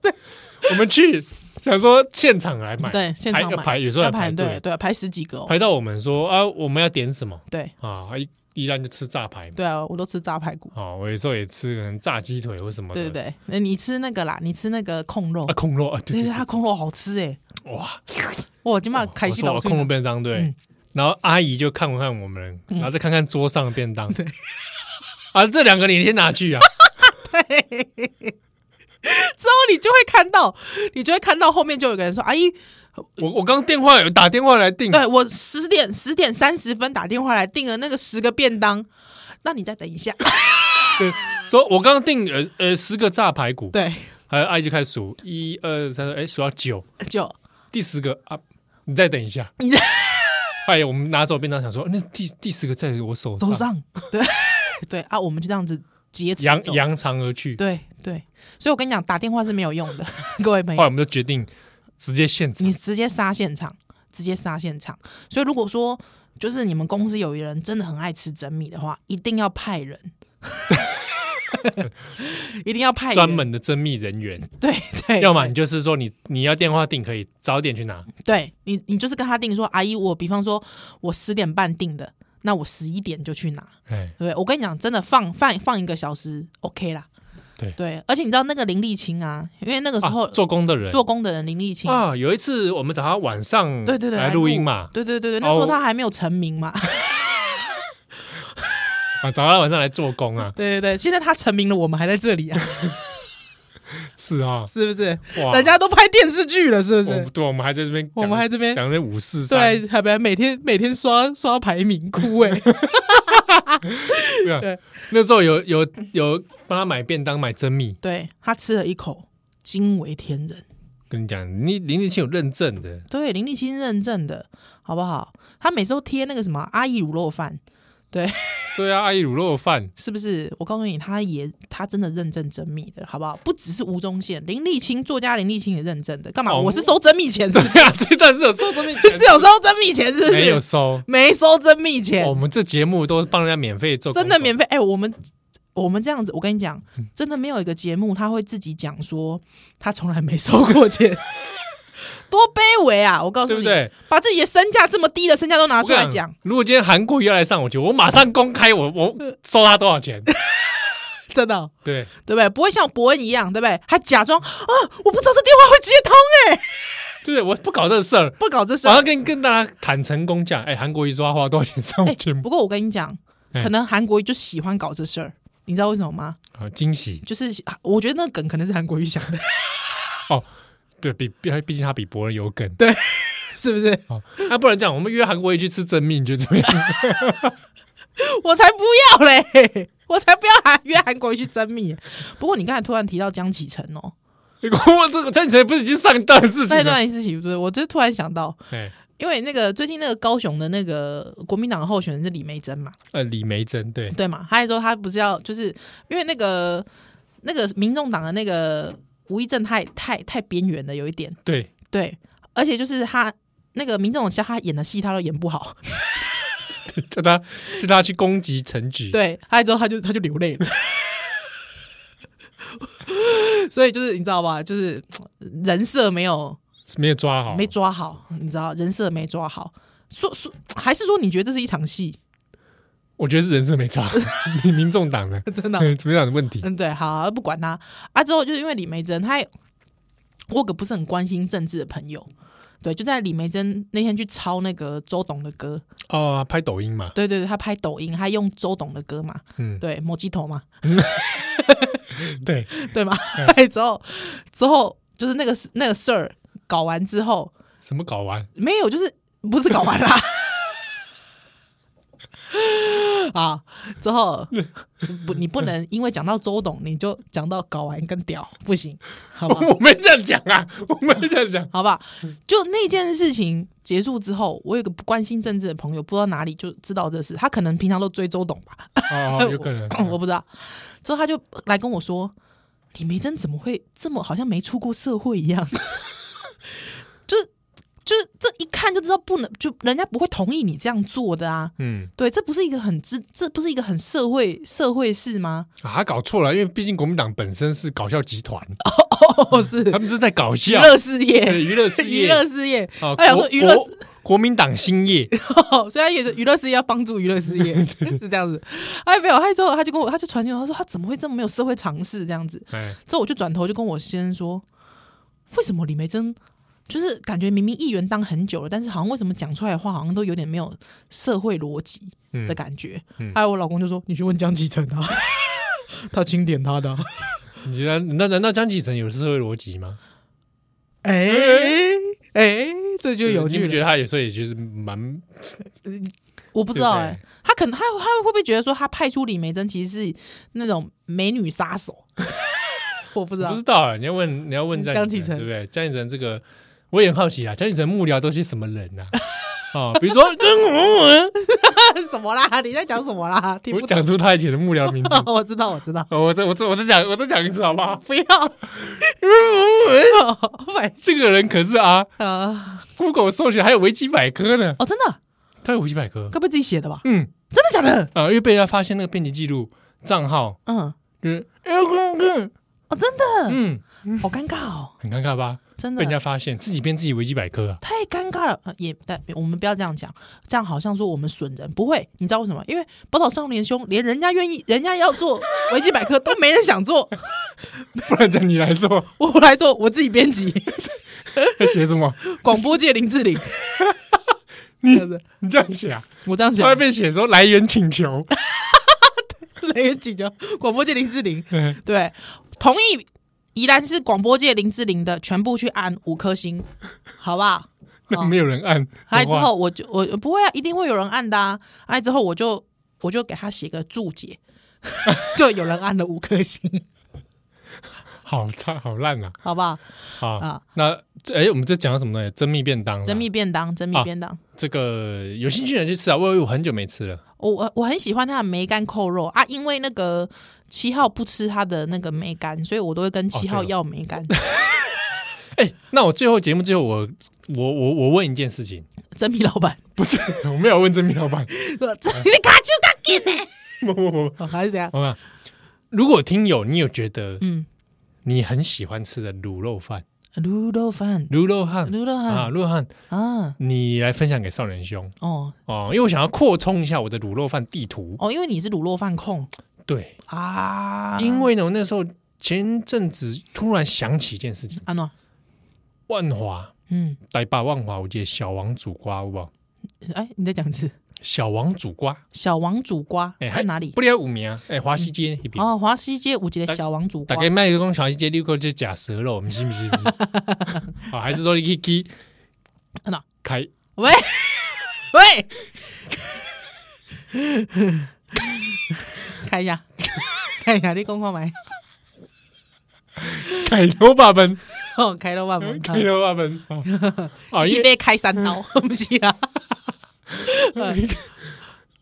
[SPEAKER 1] 我们去想说现场来买，
[SPEAKER 2] 对，现场
[SPEAKER 1] 排
[SPEAKER 2] 买
[SPEAKER 1] 排有时候
[SPEAKER 2] 要
[SPEAKER 1] 还
[SPEAKER 2] 排
[SPEAKER 1] 排
[SPEAKER 2] 队，
[SPEAKER 1] 队，
[SPEAKER 2] 对，排十几个哦。
[SPEAKER 1] 排到我们说啊，我们要点什么
[SPEAKER 2] 对
[SPEAKER 1] 啊，一依然就吃炸排嘛，
[SPEAKER 2] 对啊，我都吃炸排骨。
[SPEAKER 1] 啊，我有时候也吃可能炸鸡腿或什么
[SPEAKER 2] 对
[SPEAKER 1] 的，
[SPEAKER 2] 对对，那你吃那个啦，你吃那个控肉
[SPEAKER 1] 啊，，空肉啊，
[SPEAKER 2] 对
[SPEAKER 1] 对
[SPEAKER 2] 对，它空肉好吃哎、
[SPEAKER 1] 哇，
[SPEAKER 2] 我今嘛开心
[SPEAKER 1] 我说
[SPEAKER 2] 到我
[SPEAKER 1] 我
[SPEAKER 2] 出
[SPEAKER 1] 空了
[SPEAKER 2] 去
[SPEAKER 1] 便当对
[SPEAKER 2] 嗯，
[SPEAKER 1] 然后阿姨就看看我们，然后再看看桌上的便当， 啊，这两个你先拿去啊，
[SPEAKER 2] 之后，你就会看到，你就会看到后面就有个人说：“阿
[SPEAKER 1] 嗯
[SPEAKER 2] 姨，
[SPEAKER 1] 我我刚电话有打电话来订，
[SPEAKER 2] 对我十点十点三十分打电话来订了那个十个便当，那你再等 一下。
[SPEAKER 1] 对，说我刚订呃呃十个炸排骨”，
[SPEAKER 2] 对，
[SPEAKER 1] 还有阿姨就开始数一二三，哎数到九，
[SPEAKER 2] 就
[SPEAKER 1] 第十个啊，你再等一 下
[SPEAKER 2] 你再，
[SPEAKER 1] 哎，我们拿走便当想说那第第十个在我手
[SPEAKER 2] 走上，
[SPEAKER 1] 啊
[SPEAKER 2] 对 对啊，我们就这样子劫持
[SPEAKER 1] 扬
[SPEAKER 2] 走
[SPEAKER 1] 扬长而去，
[SPEAKER 2] 对对，所以我跟你讲，打电话是没有用的， 各位朋
[SPEAKER 1] 后来
[SPEAKER 2] 友，
[SPEAKER 1] 我们就决定直接现场
[SPEAKER 2] 你，直接杀现场，直接杀现场。所以如果说就是你们公司有一人真的很爱吃整米的话，一定要派 人，一定要派人
[SPEAKER 1] 专门的甄密人员，
[SPEAKER 2] 对对，
[SPEAKER 1] 要么你就是说你你要电话订可以早点去拿，
[SPEAKER 2] 对你，你就是跟他定说，阿姨，我比方说我十点半定的，那我十一点就去拿，
[SPEAKER 1] 哎
[SPEAKER 2] 对，不对？我跟你讲，真的放放放一个小时，OK 啦。
[SPEAKER 1] 对
[SPEAKER 2] 对，而且你知道那个林立清啊，因为那个时候、
[SPEAKER 1] 啊做工的人
[SPEAKER 2] 做工的人林立清。
[SPEAKER 1] 啊，有一次我们找他晚上
[SPEAKER 2] 对对对，
[SPEAKER 1] 来录音嘛，
[SPEAKER 2] 对对对对，那时候
[SPEAKER 1] 哦
[SPEAKER 2] 他还没有成 名嘛，
[SPEAKER 1] 啊找他晚上来做工啊，
[SPEAKER 2] 对对对，现在他成名了，我们还在这里啊，
[SPEAKER 1] 是啊，
[SPEAKER 2] 是不是？
[SPEAKER 1] 哇，
[SPEAKER 2] 人家都拍电视剧了，是不
[SPEAKER 1] 我
[SPEAKER 2] 是？
[SPEAKER 1] 对，我们还在这边讲，
[SPEAKER 2] 我们还这边
[SPEAKER 1] 讲那五四三，
[SPEAKER 2] 对，还本来每天每天刷刷排名，哭哎、
[SPEAKER 1] 对啊
[SPEAKER 2] 对
[SPEAKER 1] 那时候有有有帮他买便当买珍蜜，
[SPEAKER 2] 对他吃了一口，惊为天人。
[SPEAKER 1] 跟你讲，你林立清有认证的，
[SPEAKER 2] 对，林立清认证的，好不好？他每次都贴那个什么阿姨卤肉饭，
[SPEAKER 1] 对啊，阿姨卤肉饭，
[SPEAKER 2] 是不是？我告诉你，他也他真的认证真密的，好不好？不只是吴宗宪，林立清作家林立清也认证的，干嘛？
[SPEAKER 1] 哦
[SPEAKER 2] 我是收真密钱，是
[SPEAKER 1] 对
[SPEAKER 2] 不是？
[SPEAKER 1] 啊，这段是有收 珍蜜钱
[SPEAKER 2] 是有收真密钱，是不是？
[SPEAKER 1] 没有收。
[SPEAKER 2] 没收真密钱，
[SPEAKER 1] 哦我们这节目都是帮人家免费做工作，嗯
[SPEAKER 2] 真的免费。哎、我们我们这样子，我跟你讲，真的没有一个节目他会自己讲说他从来没收过钱。 多卑微啊！我告诉
[SPEAKER 1] 对不
[SPEAKER 2] 你，
[SPEAKER 1] 对？
[SPEAKER 2] 把自己的身价这么低的身价都拿
[SPEAKER 1] 我
[SPEAKER 2] 出来
[SPEAKER 1] 跟你
[SPEAKER 2] 讲，，
[SPEAKER 1] 如果今天韩国瑜要来上我节目，我马上公开我 我收他多少钱。
[SPEAKER 2] 真的哦、
[SPEAKER 1] 对，
[SPEAKER 2] 对不对？不会像伯恩一样，对不对？还假装啊，我不知道这电话会接通哎、
[SPEAKER 1] 对我不搞这事儿，
[SPEAKER 2] 不搞这事
[SPEAKER 1] 马
[SPEAKER 2] 儿。
[SPEAKER 1] 上跟跟大家坦诚公讲，哎，韩国瑜说他花多少钱上我节目
[SPEAKER 2] 不过我跟你讲，
[SPEAKER 1] 哎
[SPEAKER 2] 可能韩国瑜就喜欢搞这事儿，你知道为什么吗？
[SPEAKER 1] 啊，惊喜
[SPEAKER 2] 就是啊我觉得那个梗可能是韩国瑜想的，
[SPEAKER 1] 哦。对比毕，毕竟他比博人有梗。
[SPEAKER 2] 是不是？
[SPEAKER 1] 哦，那不然这样，我们约韩国瑜去吃蒸面，你觉得怎么样？
[SPEAKER 2] 我才不要嘞！我才不要还约韩国瑜去争密。不过你刚才突然提到江启程哦，
[SPEAKER 1] 我这个张启不是已经上当的事
[SPEAKER 2] 那
[SPEAKER 1] 情
[SPEAKER 2] 一
[SPEAKER 1] 了？
[SPEAKER 2] 段事情不是，我就突然想到，
[SPEAKER 1] 哎，
[SPEAKER 2] 因为那个最近那个高雄的那个国民党的候选人是李梅珍嘛，
[SPEAKER 1] 呃，李梅珍对，
[SPEAKER 2] 对嘛？他还说他不是要，就是因为那个那个民众党的那个吴益政太太太边缘了，有一点
[SPEAKER 1] 对，
[SPEAKER 2] 对，而且就是他那个民众像他演的戏他都演不好，
[SPEAKER 1] 叫他叫他去攻击陈菊，
[SPEAKER 2] 对，他之后他就他就流泪了。 所以就是你知道吧，就是嗯人设没有
[SPEAKER 1] 没有抓好，
[SPEAKER 2] 没抓好，你知道人设没抓好，说说还是说你觉得这是一场戏？
[SPEAKER 1] 我觉得是人设没抓好，民民众党的
[SPEAKER 2] 真的啊、
[SPEAKER 1] 民众党的问题，
[SPEAKER 2] 嗯，对，好，不管他啊。之后就是因为李梅珍，她也我有个不是很关心政治的朋友，对，就在李梅珍那天去抄那个周董的歌，
[SPEAKER 1] 哦，拍抖音嘛，
[SPEAKER 2] 对对对，他拍抖音，他用周董的歌嘛，
[SPEAKER 1] 嗯，
[SPEAKER 2] 对，摩鸡头嘛，
[SPEAKER 1] 对，
[SPEAKER 2] 对嘛，拍 之后之后就是那个那个事儿搞完之后，
[SPEAKER 1] 什么搞完？
[SPEAKER 2] 没有，就是不是搞完啦。 啊，之后不，你不能因为讲到周董，你就讲到搞完跟屌，不行，好吧？
[SPEAKER 1] 我没这样讲啊，我没这样讲，
[SPEAKER 2] 好不好？就那件事情结束之后，我有个不关心政治的朋友，不知道哪里就知道这事，他可能平常都追周董吧，
[SPEAKER 1] 哦，有可能，
[SPEAKER 2] 我不知道。之后他就来跟我说：“李梅珍怎么会这么好像没出过社会一样？” 就是就是这一看就知道不能，就人家不会同意你这样做的啊。
[SPEAKER 1] 嗯，
[SPEAKER 2] 对，这不是一个很知，这不是一个很社会社会事吗？
[SPEAKER 1] 啊，他搞错了，因为毕竟国民党本身是搞笑集团，
[SPEAKER 2] 哦，是
[SPEAKER 1] 他们是在搞
[SPEAKER 2] 娱
[SPEAKER 1] 笑
[SPEAKER 2] 乐事
[SPEAKER 1] 对
[SPEAKER 2] 业，
[SPEAKER 1] 娱乐事业，
[SPEAKER 2] 娱乐事业。
[SPEAKER 1] 哦，
[SPEAKER 2] 他想说
[SPEAKER 1] 国
[SPEAKER 2] 娱乐
[SPEAKER 1] 国国民党兴 业，
[SPEAKER 2] 哦，所以他也是娱乐事业要帮助娱乐事业 是这样子。哎，没有，他之后他就跟我，他就传讯，他说他怎么会这么没有社会常识这样子？
[SPEAKER 1] 哎，
[SPEAKER 2] 之后我就转头就跟我先生说，为什么李梅珍就是感觉明明议员当很久了，但是好像为什么讲出来的话好像都有点没有社会逻辑
[SPEAKER 1] 嗯
[SPEAKER 2] 的感觉？
[SPEAKER 1] 嗯
[SPEAKER 2] 还有我老公就说，你去问江启程啊， 他钦点他的啊、
[SPEAKER 1] 你觉得那难道江启臣有社会逻辑吗？
[SPEAKER 2] 哎哎，这就有
[SPEAKER 1] 你
[SPEAKER 2] 趣
[SPEAKER 1] 不觉
[SPEAKER 2] 了。
[SPEAKER 1] 得他有时候也就是蛮
[SPEAKER 2] 我不知道
[SPEAKER 1] 对
[SPEAKER 2] 哎、
[SPEAKER 1] 不对
[SPEAKER 2] 他可能他他会不会觉得说他派出李梅珍其实是那种美女杀手？ 我不知道
[SPEAKER 1] 不知，道啊？你要问你要问江
[SPEAKER 2] 江
[SPEAKER 1] 启
[SPEAKER 2] 启
[SPEAKER 1] 臣
[SPEAKER 2] 臣
[SPEAKER 1] 对不对？江启臣这个我也很好奇啊，江启臣幕僚都是什么人 啊？哦，比如说跟我们，
[SPEAKER 2] 什么啦？你在讲什么啦？听
[SPEAKER 1] 我
[SPEAKER 2] 不懂。
[SPEAKER 1] 讲出他以前的幕僚 名字，
[SPEAKER 2] 我知道，我知道，
[SPEAKER 1] 哦我再我再我再讲我再讲一次好不好？
[SPEAKER 2] 不要，我白痴
[SPEAKER 1] 这个人可是啊
[SPEAKER 2] 啊！
[SPEAKER 1] ，Google 搜寻还有维基百科呢，
[SPEAKER 2] 哦，真的，
[SPEAKER 1] 他有维基百科，
[SPEAKER 2] 该不会自己写的吧？
[SPEAKER 1] 嗯
[SPEAKER 2] 真的假的？
[SPEAKER 1] 啊，因为被他发现那个编辑记录账号
[SPEAKER 2] 嗯，
[SPEAKER 1] 就是哎
[SPEAKER 2] 哦，真的，
[SPEAKER 1] 嗯，
[SPEAKER 2] 好尴尬哦，
[SPEAKER 1] 很尴尬吧？
[SPEAKER 2] 真
[SPEAKER 1] 被人家
[SPEAKER 2] 的。
[SPEAKER 1] 发现自己编自己维基百科啊，
[SPEAKER 2] 太尴尬了，呃也但我们不要这样讲，这样好像说我们损人，不会，你知道为什么？因为宝岛少年兄连人家愿意，人家要做维基百科都没人想做，
[SPEAKER 1] 不然叫你来做，
[SPEAKER 2] 我来做，我自己编辑，
[SPEAKER 1] 要写什么？
[SPEAKER 2] 广播界林志玲，
[SPEAKER 1] 你
[SPEAKER 2] 这样子
[SPEAKER 1] 你这样写啊？
[SPEAKER 2] 我这样
[SPEAKER 1] 他会
[SPEAKER 2] 想，
[SPEAKER 1] 被写说来源请求，
[SPEAKER 2] 来源请求广播界林志玲， 对，同意宜兰是广播界林志玲的，全部去按五颗星，好不 好？
[SPEAKER 1] 那没有人按的话。
[SPEAKER 2] 哎，之后我就我不会啊，一定会有人按的啊。哎，之后我就我就给他写个注解， 就有人按了五颗星，
[SPEAKER 1] 好差好烂啊！
[SPEAKER 2] 好不好？
[SPEAKER 1] 啊
[SPEAKER 2] 啊，
[SPEAKER 1] 那这哎，我们这讲到什么东西？珍蜜便当啦，
[SPEAKER 2] 珍蜜便当，珍蜜便当，
[SPEAKER 1] 这个有兴趣的人去吃啊，我我很久没吃了。
[SPEAKER 2] 我我我很喜欢它的梅干扣肉啊，因为那个七号不吃它的那个梅干，所以我都会跟七
[SPEAKER 1] 哦
[SPEAKER 2] 号
[SPEAKER 1] 对哦
[SPEAKER 2] 要梅干。
[SPEAKER 1] 哎，那我最后节目最后我我我我问一件事情，
[SPEAKER 2] 珍蜜老 板，
[SPEAKER 1] 不是我没有问珍蜜老板，
[SPEAKER 2] 我这你卡丘卡紧呢？
[SPEAKER 1] 我我我
[SPEAKER 2] 哦还是怎样？
[SPEAKER 1] 我看，如果听友你有觉得
[SPEAKER 2] 嗯
[SPEAKER 1] 你很喜欢吃的卤肉饭，
[SPEAKER 2] 卤肉饭，
[SPEAKER 1] 卢肉汉
[SPEAKER 2] 卤肉
[SPEAKER 1] 啊，
[SPEAKER 2] 饭
[SPEAKER 1] 卢肉汉，
[SPEAKER 2] 啊，
[SPEAKER 1] 你来分享给少年兄
[SPEAKER 2] 哦
[SPEAKER 1] 哦，因为我想要扩充一下我的卤肉饭地图。
[SPEAKER 2] 哦，因为你是卤肉饭控
[SPEAKER 1] 对，
[SPEAKER 2] 啊，
[SPEAKER 1] 因为呢，我那时候前阵子突然想起一件事情，
[SPEAKER 2] 安诺，
[SPEAKER 1] 万华
[SPEAKER 2] 啊嗯，
[SPEAKER 1] 台北万华，我记得小王煮瓜好不好？
[SPEAKER 2] 哎，你再讲一次，
[SPEAKER 1] 小王煮瓜，
[SPEAKER 2] 小王煮瓜
[SPEAKER 1] 哎、
[SPEAKER 2] 在哪里？嗯
[SPEAKER 1] 不了有名，哎、华西街那边。
[SPEAKER 2] 哦，华西街五级的小王煮
[SPEAKER 1] 大
[SPEAKER 2] 瓜，
[SPEAKER 1] 概卖个讲华西街六个就是假蛇肉，不是不是不是， 哦，还是说你可以去
[SPEAKER 2] 安诺，
[SPEAKER 1] 开
[SPEAKER 2] 喂喂， 看一下， 看一下，你讲看麦，
[SPEAKER 1] 开头把门，
[SPEAKER 2] 哦，开了万门，
[SPEAKER 1] 开哎头把门哦 啊，因
[SPEAKER 2] 一
[SPEAKER 1] 为
[SPEAKER 2] 杯开三刀， 不是 啦，
[SPEAKER 1] 哎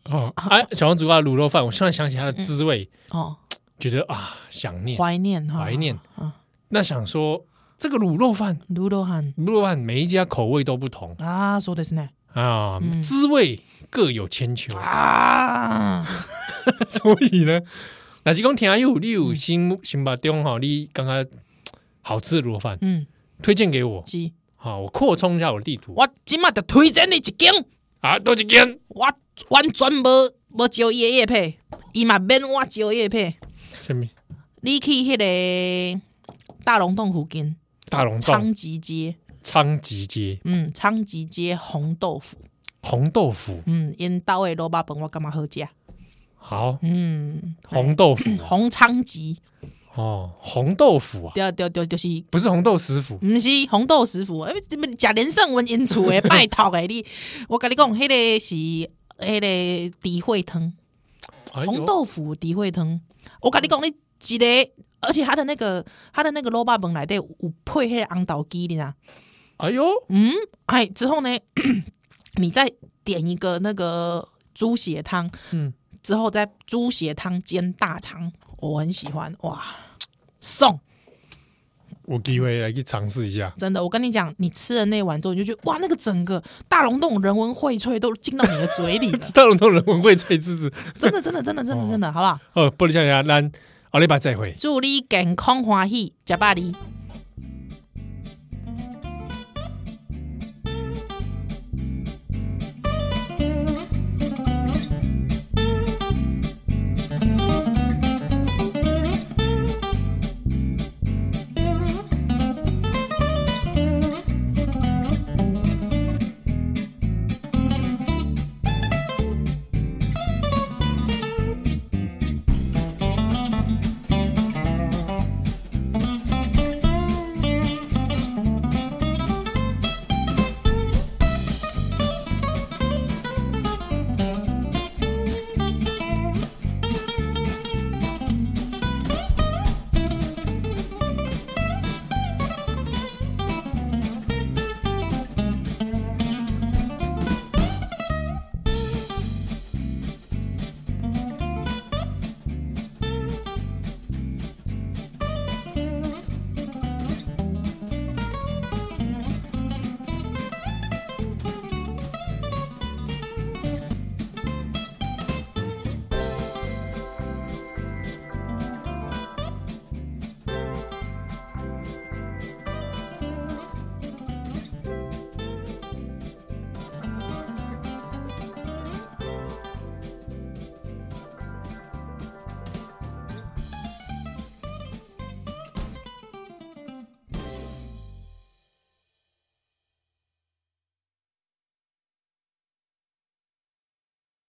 [SPEAKER 1] 哦，哎、小王煮瓜的卤肉饭，我突然想起它的滋味，
[SPEAKER 2] 哦，
[SPEAKER 1] 觉得啊想念。
[SPEAKER 2] 怀念哈，
[SPEAKER 1] 怀念
[SPEAKER 2] 啊，
[SPEAKER 1] 那想说这个卤肉饭，
[SPEAKER 2] 卤肉饭
[SPEAKER 1] 卤肉饭每一家口味都不同
[SPEAKER 2] 啊，そうですね。
[SPEAKER 1] 啊，
[SPEAKER 2] 嗯
[SPEAKER 1] 滋味各有千秋，
[SPEAKER 2] 啊，
[SPEAKER 1] 所以呢，那是讲听友你有心心目中哈，你刚刚好吃的卤肉饭
[SPEAKER 2] 嗯，
[SPEAKER 1] 推荐给我，
[SPEAKER 2] 是，
[SPEAKER 1] 好，我扩充一下我的地图
[SPEAKER 2] 我即马就推荐你一间，
[SPEAKER 1] 啊，多一间
[SPEAKER 2] 我完全无无招伊的叶配，伊嘛免我招叶配，
[SPEAKER 1] 什么
[SPEAKER 2] 你去迄个大龙洞附近
[SPEAKER 1] 大龙洞
[SPEAKER 2] 昌吉街，
[SPEAKER 1] 昌吉街
[SPEAKER 2] 嗯，昌吉街红豆腐，
[SPEAKER 1] 红豆腐，
[SPEAKER 2] 嗯，因兜的萝卜饭我感觉好食，
[SPEAKER 1] 好，
[SPEAKER 2] 嗯，
[SPEAKER 1] 红豆腐啊
[SPEAKER 2] 哎红昌吉，
[SPEAKER 1] 哦，红豆腐啊，
[SPEAKER 2] 对对对，就是
[SPEAKER 1] 不是红豆食腐，
[SPEAKER 2] 毋是红豆食府，哎，这边假连胜文因厝诶，拜托诶，你，我甲你讲，迄、个是迄、个底惠汤，
[SPEAKER 1] 哎呦
[SPEAKER 2] 红豆腐底惠汤，我甲你讲，你一个，而且它的那个它的那个萝卜饭内底有配迄个红豆鸡的呐，
[SPEAKER 1] 哎呦，
[SPEAKER 2] 嗯，哎，之后呢， 你再点一个那个猪血汤，
[SPEAKER 1] 嗯，
[SPEAKER 2] 之后再猪血汤煎大肠，我很喜欢，哇，送。
[SPEAKER 1] 我机会来去尝试一下，，
[SPEAKER 2] 真的，我跟你讲，你吃了那碗之后，你就觉得哇，那个整个大龙洞人文荟萃都进到你的嘴里了
[SPEAKER 1] 大龙洞人文会吹芝芝。
[SPEAKER 2] 真的，真的，真的，真的，真的，好不好？
[SPEAKER 1] 哦，玻璃下下，咱后礼拜再会。
[SPEAKER 2] 祝你健康欢喜，加巴黎。